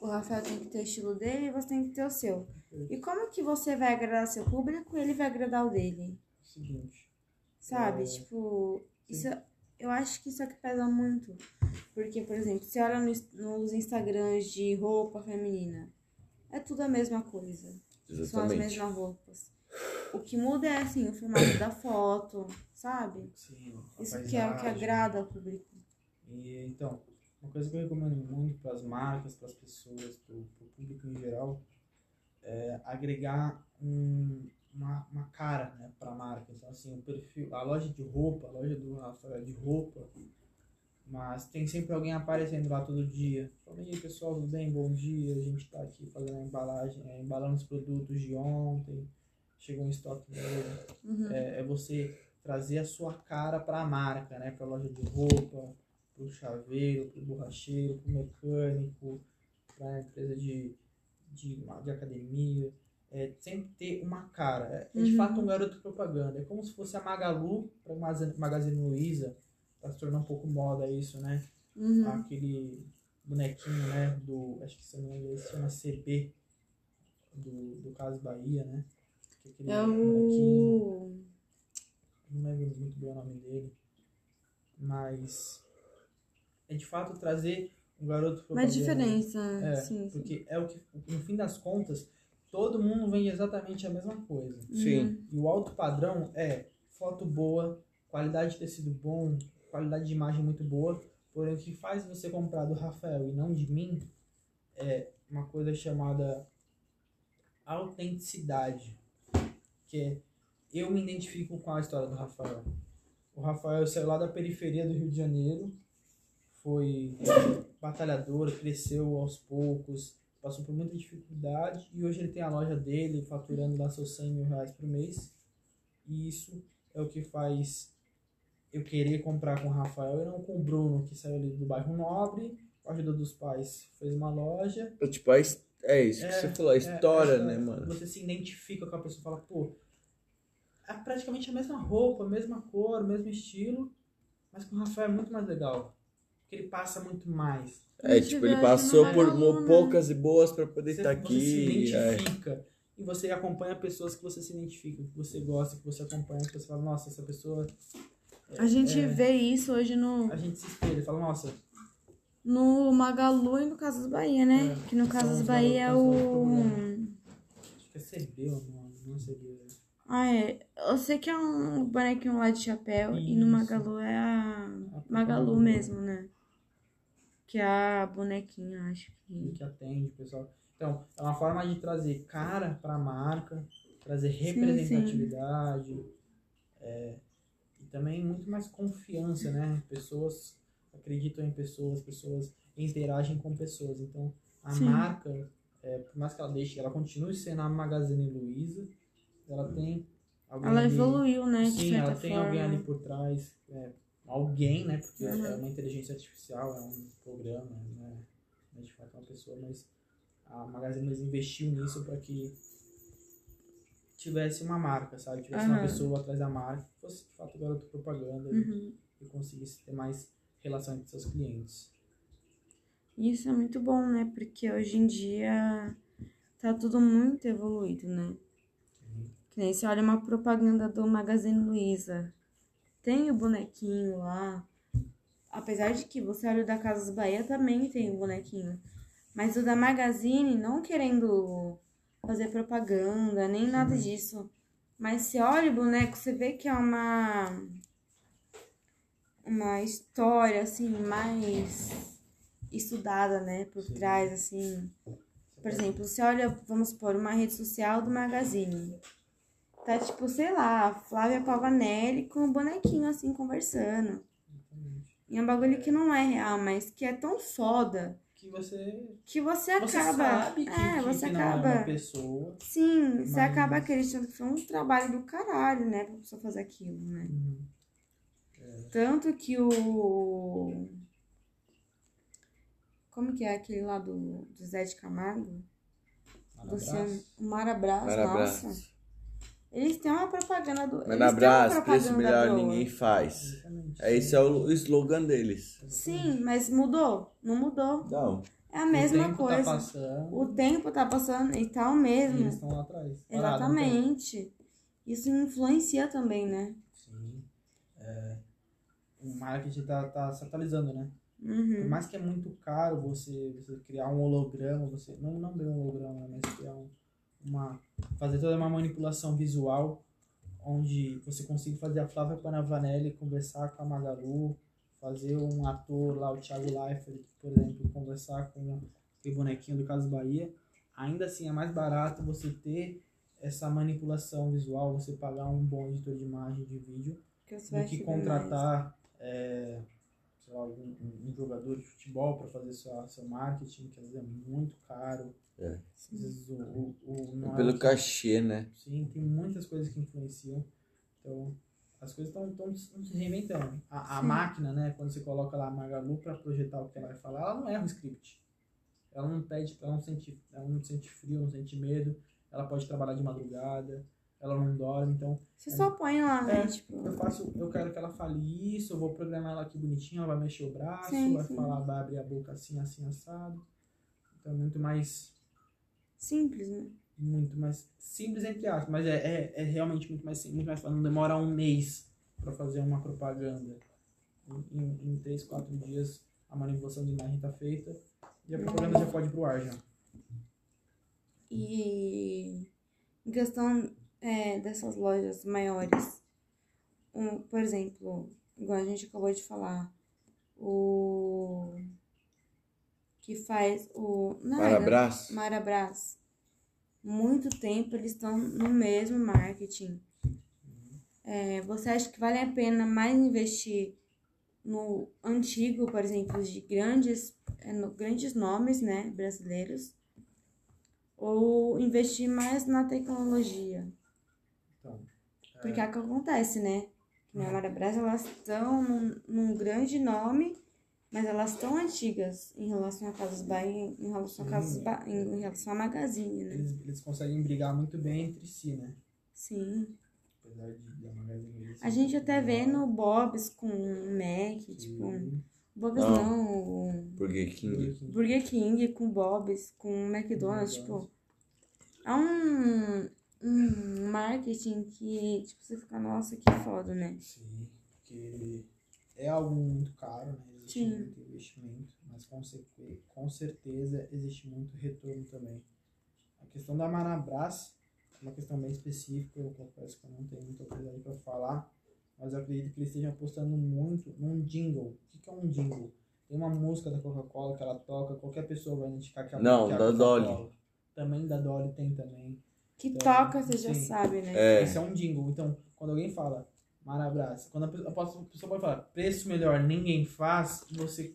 S2: O Rafael tem que ter o estilo dele e você tem que ter o seu. E como que você vai agradar seu público e ele vai agradar o dele?
S4: É o seguinte.
S2: Sabe?
S4: É.
S2: Tipo,
S4: Sim.
S2: isso, eu acho que isso é que pesa muito. Porque, por exemplo, você olha no, nos Instagrams de roupa feminina, é tudo a mesma coisa. São as
S3: Exatamente.
S2: mesmas roupas. O que muda é, assim, o formato da foto, sabe?
S4: Sim, a
S2: Isso que é o que
S4: paisagem.
S2: agrada ao público.
S4: E, então, uma coisa que eu recomendo muito para as marcas, para as pessoas, para o público em geral, é agregar um- uma, uma cara né, para a marca. Então, assim, o perfil, a loja de roupa, a loja do Rafael é de roupa, mas tem sempre alguém aparecendo lá todo dia. Fala, e aí, pessoal, tudo bem? Bom dia, a gente está aqui fazendo a embalagem, é, embalando os produtos de ontem, chegou um estoque novo
S2: Uhum.
S4: é, é você trazer a sua cara para a marca, né? Para loja de roupa, para o chaveiro, para o borracheiro, para o mecânico, para empresa de, de, de academia. É, sempre ter uma cara. É, é de
S9: Uhum.
S4: fato um garoto propaganda. É como se fosse a Magalu para Magazine, Magazine Luiza. Tá se tornando um pouco moda isso, né?
S3: Ah,
S9: Uhum.
S4: aquele bonequinho, né? Do. Acho que se eu não me engano, ele se chama CB. Do, do Caso Bahia, né? Que aquele
S2: É
S4: bonequinho.
S3: né?
S2: o.
S4: Não lembro muito bem o nome dele. Mas. É de fato trazer um garoto
S2: Uma
S4: propaganda,
S2: diferença.
S4: É,
S2: sim, sim.
S4: Porque é o que, no fim das contas, todo mundo vende exatamente a mesma coisa.
S3: Sim.
S4: E o alto padrão é foto boa, qualidade de tecido bom, qualidade de imagem muito boa. Porém, o que faz você comprar do Rafael e não de mim é uma coisa chamada autenticidade. Que é eu me identifico com a história do Rafael. O Rafael saiu lá da periferia do Rio de Janeiro, foi batalhador, cresceu aos poucos, passou por muita dificuldade e hoje ele tem a loja dele faturando lá seus 100 mil reais por mês. E isso é o que faz eu querer comprar com o Rafael e não com o Bruno, que saiu ali do bairro Nobre, com a ajuda dos pais fez uma loja.
S2: Hum.
S3: Eu, Tipo, a his- é isso que
S4: É,
S3: você falou, a história,
S4: é,
S3: né, mano?
S4: Você se identifica com a pessoa e fala, pô, é praticamente a mesma roupa, a mesma cor, o mesmo estilo, mas com o Rafael é muito mais legal. Porque ele passa muito mais.
S3: É,
S2: Gente,
S3: tipo, ele
S2: viagem
S3: passou
S2: no
S3: por
S2: Magalu,
S3: mo-
S2: né?
S3: poucas e boas pra poder
S4: Você,
S3: estar
S4: você se
S3: Tá aqui. é.
S4: identifica. E você acompanha pessoas que você se identifica, que você gosta, que você acompanha, que você fala, nossa, essa pessoa.
S2: A gente
S4: é,
S2: vê isso hoje no,
S4: A gente se espelha, fala, nossa.
S2: no Magalu e no Casas Bahia, né?
S4: É,
S2: que no
S4: são
S2: Casas
S4: os
S2: Bahia é
S4: garotos
S2: o.
S4: Acho que é CB, o nome, não sei o que.
S2: Ah, é. Eu sei que é um bonequinho lá de chapéu e no
S4: Isso.
S2: Magalu é a. Magalu mesmo, né? Que é a bonequinha, acho
S4: e
S2: que.
S4: que atende o pessoal. Então, é uma forma de trazer cara para a marca, trazer representatividade é, e também muito mais confiança, né? Pessoas acreditam em pessoas, pessoas interagem com pessoas. Então, a
S2: Sim.
S4: marca, é, por mais que ela deixe, ela continue sendo a Magazine Luiza, ela tem alguém
S2: Ela
S4: ali-
S2: evoluiu, né? De
S4: Sim,
S2: certa
S4: ela tem
S2: forma.
S4: alguém ali por trás, é, alguém, né? Porque
S2: Uhum.
S4: é uma inteligência artificial, é um programa, né? É de fato uma pessoa, mas a Magazine Luiza investiu nisso para que tivesse uma marca, sabe? Tivesse uma
S2: Aham.
S4: pessoa atrás da marca, que fosse de fato garoto propaganda e-
S2: Uhum.
S4: e conseguisse ter mais relação entre seus clientes.
S2: E Isso é muito bom, né? Porque hoje em dia tá tudo muito evoluído, né? Que nem você olha uma propaganda do Magazine Luiza. Tem o bonequinho lá. Apesar de que você olha o da Casas Bahia também tem o bonequinho. Mas o da Magazine, não querendo fazer propaganda, nem nada disso. Mas você olha o boneco, você vê que é uma. Uma história, assim, mais estudada, né? Por
S4: Sim.
S2: trás, assim.
S4: Você
S2: Por
S4: pode-
S2: exemplo, você olha, vamos supor, uma rede social do Magazine. Tá tipo, sei lá, Flávia Pavanelli com um bonequinho assim conversando.
S4: Exatamente.
S2: E é um bagulho que não é real, mas que é tão foda
S4: Que você,
S2: que você acaba.
S4: você sabe que,
S2: é,
S4: que-
S2: você
S4: que não
S2: acaba.
S4: é uma pessoa.
S2: Sim, você
S4: Mas-
S2: acaba acreditando que foi um trabalho do caralho, né? Pra pessoa fazer aquilo, né?
S4: Uhum.
S2: Tanto que o. Como que é aquele lá do, do Zé de Camargo? Luciano. O Marabras,
S3: Marabras.
S2: nossa. Eles têm uma propaganda do. eles têm uma
S3: Manabras, preço
S2: propaganda
S3: melhor
S2: boa.
S3: ninguém faz.
S4: Exatamente.
S3: É, esse é o slogan deles.
S2: Sim, mas mudou? Não mudou.
S3: Não.
S2: É a
S4: O
S2: mesma
S4: tempo tá
S2: coisa.
S4: passando.
S2: o tempo tá passando e tal
S4: E eles
S2: mesmo.
S4: estão lá atrás. parado, não tem.
S2: Exatamente. Isso influencia também, né?
S4: Sim. É, o marketing tá, tá se atualizando, né? Por
S2: Uhum.
S4: mais que é muito caro você, você criar um holograma, você. Não, não bem um holograma, né, mas criar um, uma. fazer toda uma manipulação visual onde você consiga fazer a Flávia Panavanelli conversar com a Magalu, fazer um ator lá, o Thiago Leifert, por exemplo, conversar com aquele bonequinho do Caso Bahia. Ainda assim é mais barato você ter essa manipulação visual, você pagar um bom editor de imagem, de vídeo
S2: Que você vai
S4: do que
S2: receber mais.
S4: contratar é, sei lá, um, um- um jogador de futebol para fazer sua, seu marketing, que às vezes é muito caro.
S3: É.
S4: Às vezes o, o, o não é o
S3: Pelo
S4: que-
S3: cachê, né?
S4: Sim, tem muitas coisas que influenciam. Então, as coisas estão se reinventando. A, a máquina, né, quando você coloca lá a Magalu para projetar o que ela vai falar, ela não erra o script. Ela não pede, ela não sente, ela não sente frio, não sente medo. Ela pode trabalhar de madrugada. Ela não dorme, então
S2: Você só põe lá, né?
S4: É.
S2: Tipo,
S4: eu faço, eu quero que ela fale isso, eu vou programar ela aqui bonitinha, ela vai mexer o braço,
S2: Sim,
S4: vai
S2: sim.
S4: falar, vai abrir a boca assim, assim, assado. Então é muito mais,
S2: simples, né?
S4: muito mais simples entre aspas, mas é, é, é realmente muito mais simples, muito mais fácil. Não demora um mês pra fazer uma propaganda. Em, em, em três, quatro dias a manipulação de imagem tá feita e a propaganda já pode ir pro ar já.
S2: E em questão é, dessas lojas maiores, um, por exemplo, igual a gente acabou de falar, o que faz o. Não, é, era-
S3: Parabras.
S2: Marabras. Muito tempo eles estão no mesmo marketing. É, você acha que vale a pena mais investir no antigo, por exemplo, de grandes, é, no- grandes nomes né, brasileiros? Ou investir mais na tecnologia?
S4: Então,
S2: Porque é o que acontece, né? Que na Marabras elas estão num, num grande nome, mas elas estão antigas em relação a Casas Bahia, em- em relação a Casas Ba- em, em relação a Magazine, né?
S4: eles, eles conseguem brigar muito bem entre si, né?
S2: Sim.
S4: Apesar de da Magazine Luiza
S2: A
S4: ser
S2: gente
S4: muito
S2: até vê
S4: maior
S2: no Bob's com o Mac,
S4: que-
S2: tipo, Bob's
S3: Não.
S2: não, o
S3: Burger King.
S2: Burger King com Bob's, com o McDonald's, tipo, é um, um marketing que, tipo, você fica, nossa, que foda, né?
S4: Sim, porque é algo muito caro, né? Existe
S2: Sim.
S4: muito investimento, mas com, certeza, com certeza existe muito retorno também. A questão da Marabras é uma questão bem específica, eu confesso que eu não tenho muita autoridade para falar, mas eu acredito que eles estejam apostando muito num jingle. O que, que é um jingle? Tem uma música da Coca-Cola que ela toca, qualquer pessoa vai identificar que ela
S3: Não,
S4: que é a
S3: da Dolly.
S4: Coca-Cola. Também da Dolly tem também.
S2: Que
S4: Então,
S2: toca, você já
S4: sim.
S2: sabe, né?
S3: É.
S4: Esse é um jingle. Então, quando alguém fala Marabras, quando a pe- a pessoa a pessoa pode falar preço melhor, ninguém faz, você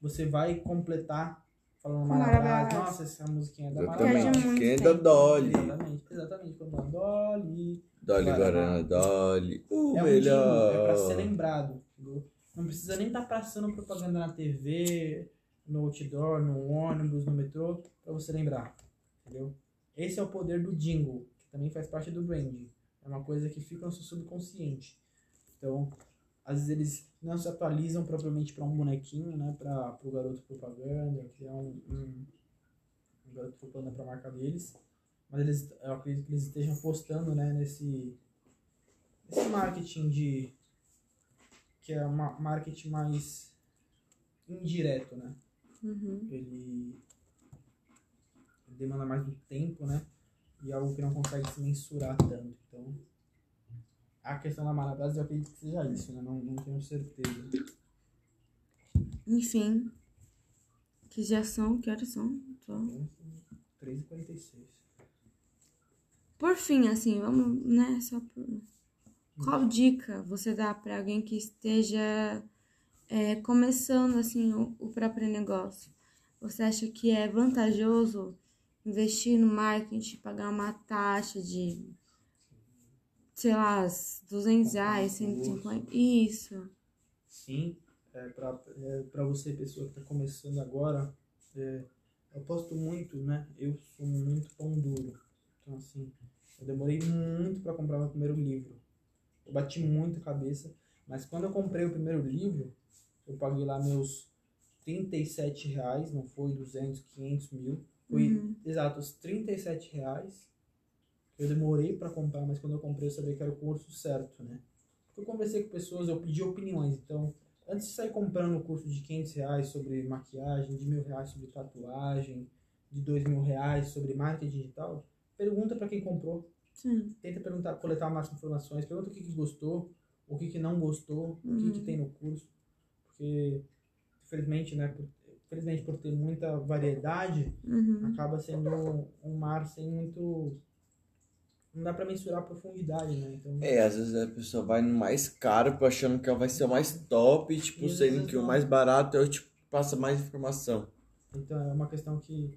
S4: você vai completar falando Marabras.
S2: Marabras.
S4: Nossa, essa musiquinha é da Marabras.
S3: Exatamente.
S2: muito
S3: Quem é da
S2: tempo. né?
S3: Dolly?
S4: Exatamente, exatamente. Quando fala Dolly.
S3: Dolly
S4: Vai,
S3: Guarana, Dolly. O
S4: um É um
S3: melhor.
S4: jingle, é pra ser lembrado. entendeu? Não precisa nem estar passando propaganda na TV, no outdoor, no ônibus, no metrô, pra você lembrar. Entendeu? Esse é o poder do jingle, que também faz parte do branding. É uma coisa que fica no seu subconsciente. Então, às vezes eles não se atualizam propriamente para um bonequinho, né? Para o garoto propaganda, criar um, um, um garoto propaganda para a marca deles. Mas eles, eu acredito que eles estejam apostando né, nesse, nesse marketing de. que é um marketing mais indireto, né?
S2: Uhum.
S4: ele demanda mais do tempo, né? E é algo que não consegue se mensurar tanto. Então, a questão da Marabras eu acredito que seja isso, né? Não, não tenho certeza.
S10: Enfim. Que já são, que horas são? Só.
S4: Então, 3h46.
S10: Por fim, assim, vamos, né, só por... Qual dica você dá pra alguém que esteja é, começando, assim, o, o próprio negócio? Você acha que é vantajoso investir no marketing, pagar uma taxa de, sei lá, 200 reais, 150? Isso.
S4: Sim, é, para é, pra você, pessoa que está começando agora, é, eu aposto muito, né? Eu sou muito pão duro. Então, assim, eu demorei muito para comprar meu primeiro livro. Eu bati muito a cabeça, mas quando eu comprei o primeiro livro, eu paguei lá meus 37 reais, não foi 200, 500 mil. Foi exatos 37 reais. Eu demorei para comprar, mas quando eu comprei eu sabia que era o curso certo, né? Eu conversei com pessoas, eu pedi opiniões. Então, antes de sair comprando um curso de 500 reais sobre maquiagem, de mil reais sobre tatuagem, de dois mil reais sobre marketing digital, pergunta para quem comprou.
S10: Sim.
S4: Tenta perguntar, coletar o máximo de informações. Pergunta o que, que gostou, o que, que não gostou, o
S10: Uhum.
S4: que, que tem no curso. Porque, infelizmente, né? Por, infelizmente, por ter muita variedade,
S10: Uhum.
S4: acaba sendo um mar sem muito. Não dá para mensurar a profundidade, né? Então,
S3: É, às vezes a pessoa vai no mais caro, pô, achando que ela vai ser o mais top, tipo,
S4: E às
S3: sendo
S4: vezes
S3: que o
S4: não.
S3: mais barato é o tipo que passa mais informação.
S4: Então é uma questão que,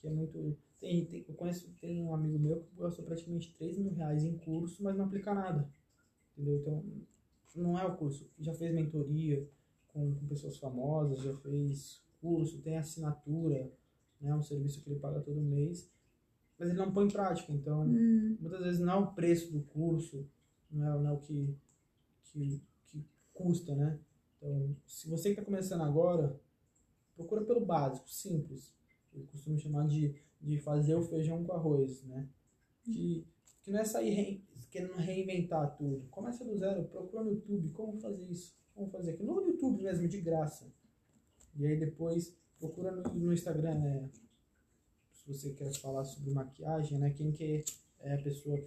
S4: que é muito. Tem, tem, eu conheço, tem um amigo meu que gastou praticamente 3 mil reais em curso, mas não aplica nada. Entendeu? Então, não é o curso. Já fez mentoria com, com pessoas famosas, já fez curso, tem assinatura, né? Um serviço que ele paga todo mês, mas ele não põe em prática. Então,
S10: Hum.
S4: muitas vezes não é o preço do curso, não é, não é o que, que, que custa, né? Então, se você que está começando agora, procura pelo básico, simples. Eu costumo chamar de, de fazer o feijão com arroz, né? Que, que não é sair rein- querendo reinventar tudo. Começa do zero, procura no YouTube como fazer isso, como fazer aquilo. No YouTube mesmo, de graça. E aí depois procura no, no Instagram, né? Se você quer falar sobre maquiagem, né? Quem que é a pessoa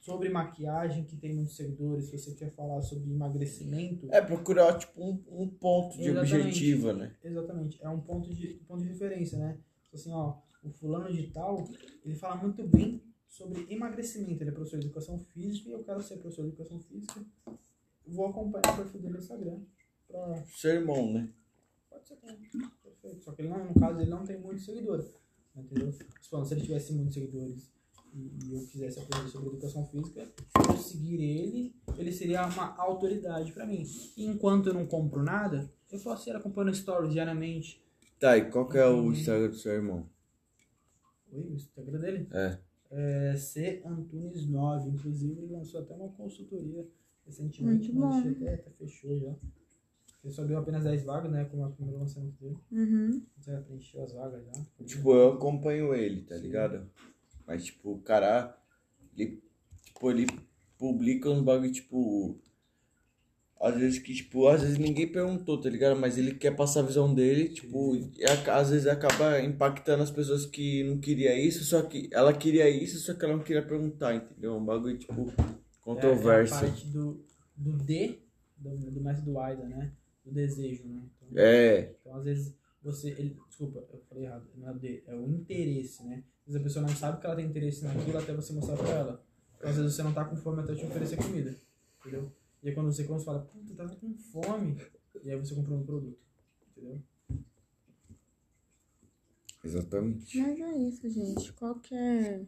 S4: sobre maquiagem que tem muitos seguidores, se você quer falar sobre emagrecimento,
S3: É procurar, tipo, um, um ponto de
S4: Exatamente.
S3: objetivo, né?
S4: Exatamente, é um ponto de, ponto de referência, né? Tipo Assim, ó, o fulano de tal, ele fala muito bem sobre emagrecimento. Ele é professor de educação física e eu quero ser professor de educação física. Vou acompanhar o perfil dele no Instagram. Pra...
S3: Seu irmão, né?
S4: Pode ser também. Perfeito. Só que ele não, no caso, ele não tem muitos seguidores. Entendeu? Se, falando, se ele tivesse muitos seguidores e, e eu quisesse aprender sobre educação física, eu seguir ele, ele seria uma autoridade pra mim. E enquanto eu não compro nada, eu posso ir acompanhando stories diariamente.
S3: Tá, e qual que é
S4: Uhum.
S3: o Instagram do seu irmão?
S4: Oi, o Instagram dele?
S3: É.
S4: É C. Antunes 9. Inclusive, ele lançou até uma consultoria recentemente.
S2: Muito bom.
S4: mas até- é, até fechou já. Ele só deu apenas 10 vagas, né? Como é o primeiro lançamento dele.
S2: Uhum.
S4: Você já preencheu as vagas já.
S3: Tipo, eu acompanho ele, tá ligado? Mas, tipo, o cara, ele, tipo, ele publica uns bagulho, tipo, às vezes que, tipo, às vezes ninguém perguntou, tá ligado? Mas ele quer passar a visão dele, tipo, e a- às vezes acaba impactando as pessoas que não queria isso, só que ela queria isso, só que ela não queria perguntar, entendeu? Um bagulho, tipo,
S4: É,
S3: controverso.
S4: a parte do, do D, do, do mestre do Aida, né? Do desejo, né? Então,
S3: É,
S4: Então, às vezes, você. ele- desculpa, eu falei errado. Não é o D, é o interesse, né? Às vezes a pessoa não sabe que ela tem interesse naquilo até você mostrar pra ela. Então, às vezes você não tá com fome até eu te oferecer comida. Entendeu? E aí, quando você come, você fala, puta, eu tava com fome. E aí você comprou um produto. Entendeu?
S3: exatamente.
S2: Mas é isso, gente. Qual que é.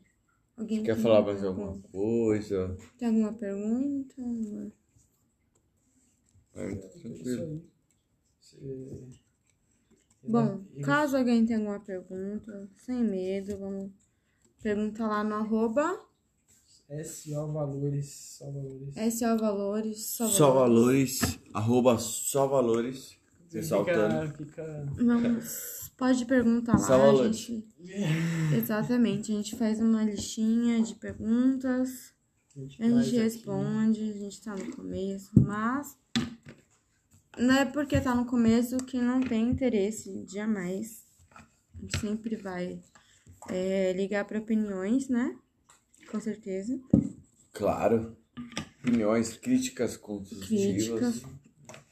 S2: Alguém
S3: Quer
S2: tem
S3: falar mais alguma coisa?
S2: Tem alguma pergunta? Alguma-
S3: É, tá
S4: É isso
S3: tranquilo.
S4: aí. Você- é
S2: Bom,
S4: E-
S2: caso alguém tenha alguma pergunta, sem medo, vamos perguntar lá no arroba
S4: SO é Valores. Só valores.
S2: SO Valores. Só
S3: Só valores, arroba só valores. Você saltando.
S4: Fica, fica...
S2: Vamos, pode perguntar lá,
S3: Só
S2: a
S3: valores.
S2: gente. *laughs* Exatamente, a gente faz uma listinha de perguntas, a
S4: traz
S2: gente
S4: aqui.
S2: responde, a gente tá no começo, mas não é porque tá no começo que não tem interesse, jamais. A gente sempre vai é, ligar pra opiniões, né? Com certeza.
S3: Claro. Opiniões, críticas construtivas.
S2: Críticas.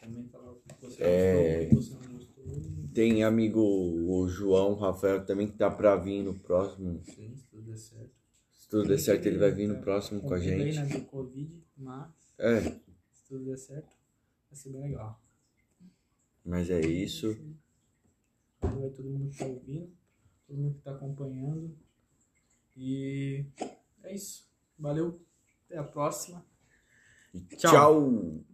S4: Comenta lá o que você
S3: É.
S4: gostou, o que você não gostou.
S3: Tem amigo o João Rafael também que tá pra vir no próximo.
S4: Sim, se tudo der certo.
S3: Se tudo der certo, ele vai vir no próximo com a
S4: Bem, né,
S3: gente.
S4: do Covid, mas
S3: É,
S4: se tudo der certo, vai ser bem legal.
S3: mas é isso.
S4: Então, Vai todo mundo que tá ouvindo, todo mundo que tá acompanhando. E é isso. Valeu, até a próxima.
S3: E
S11: Tchau.
S3: tchau.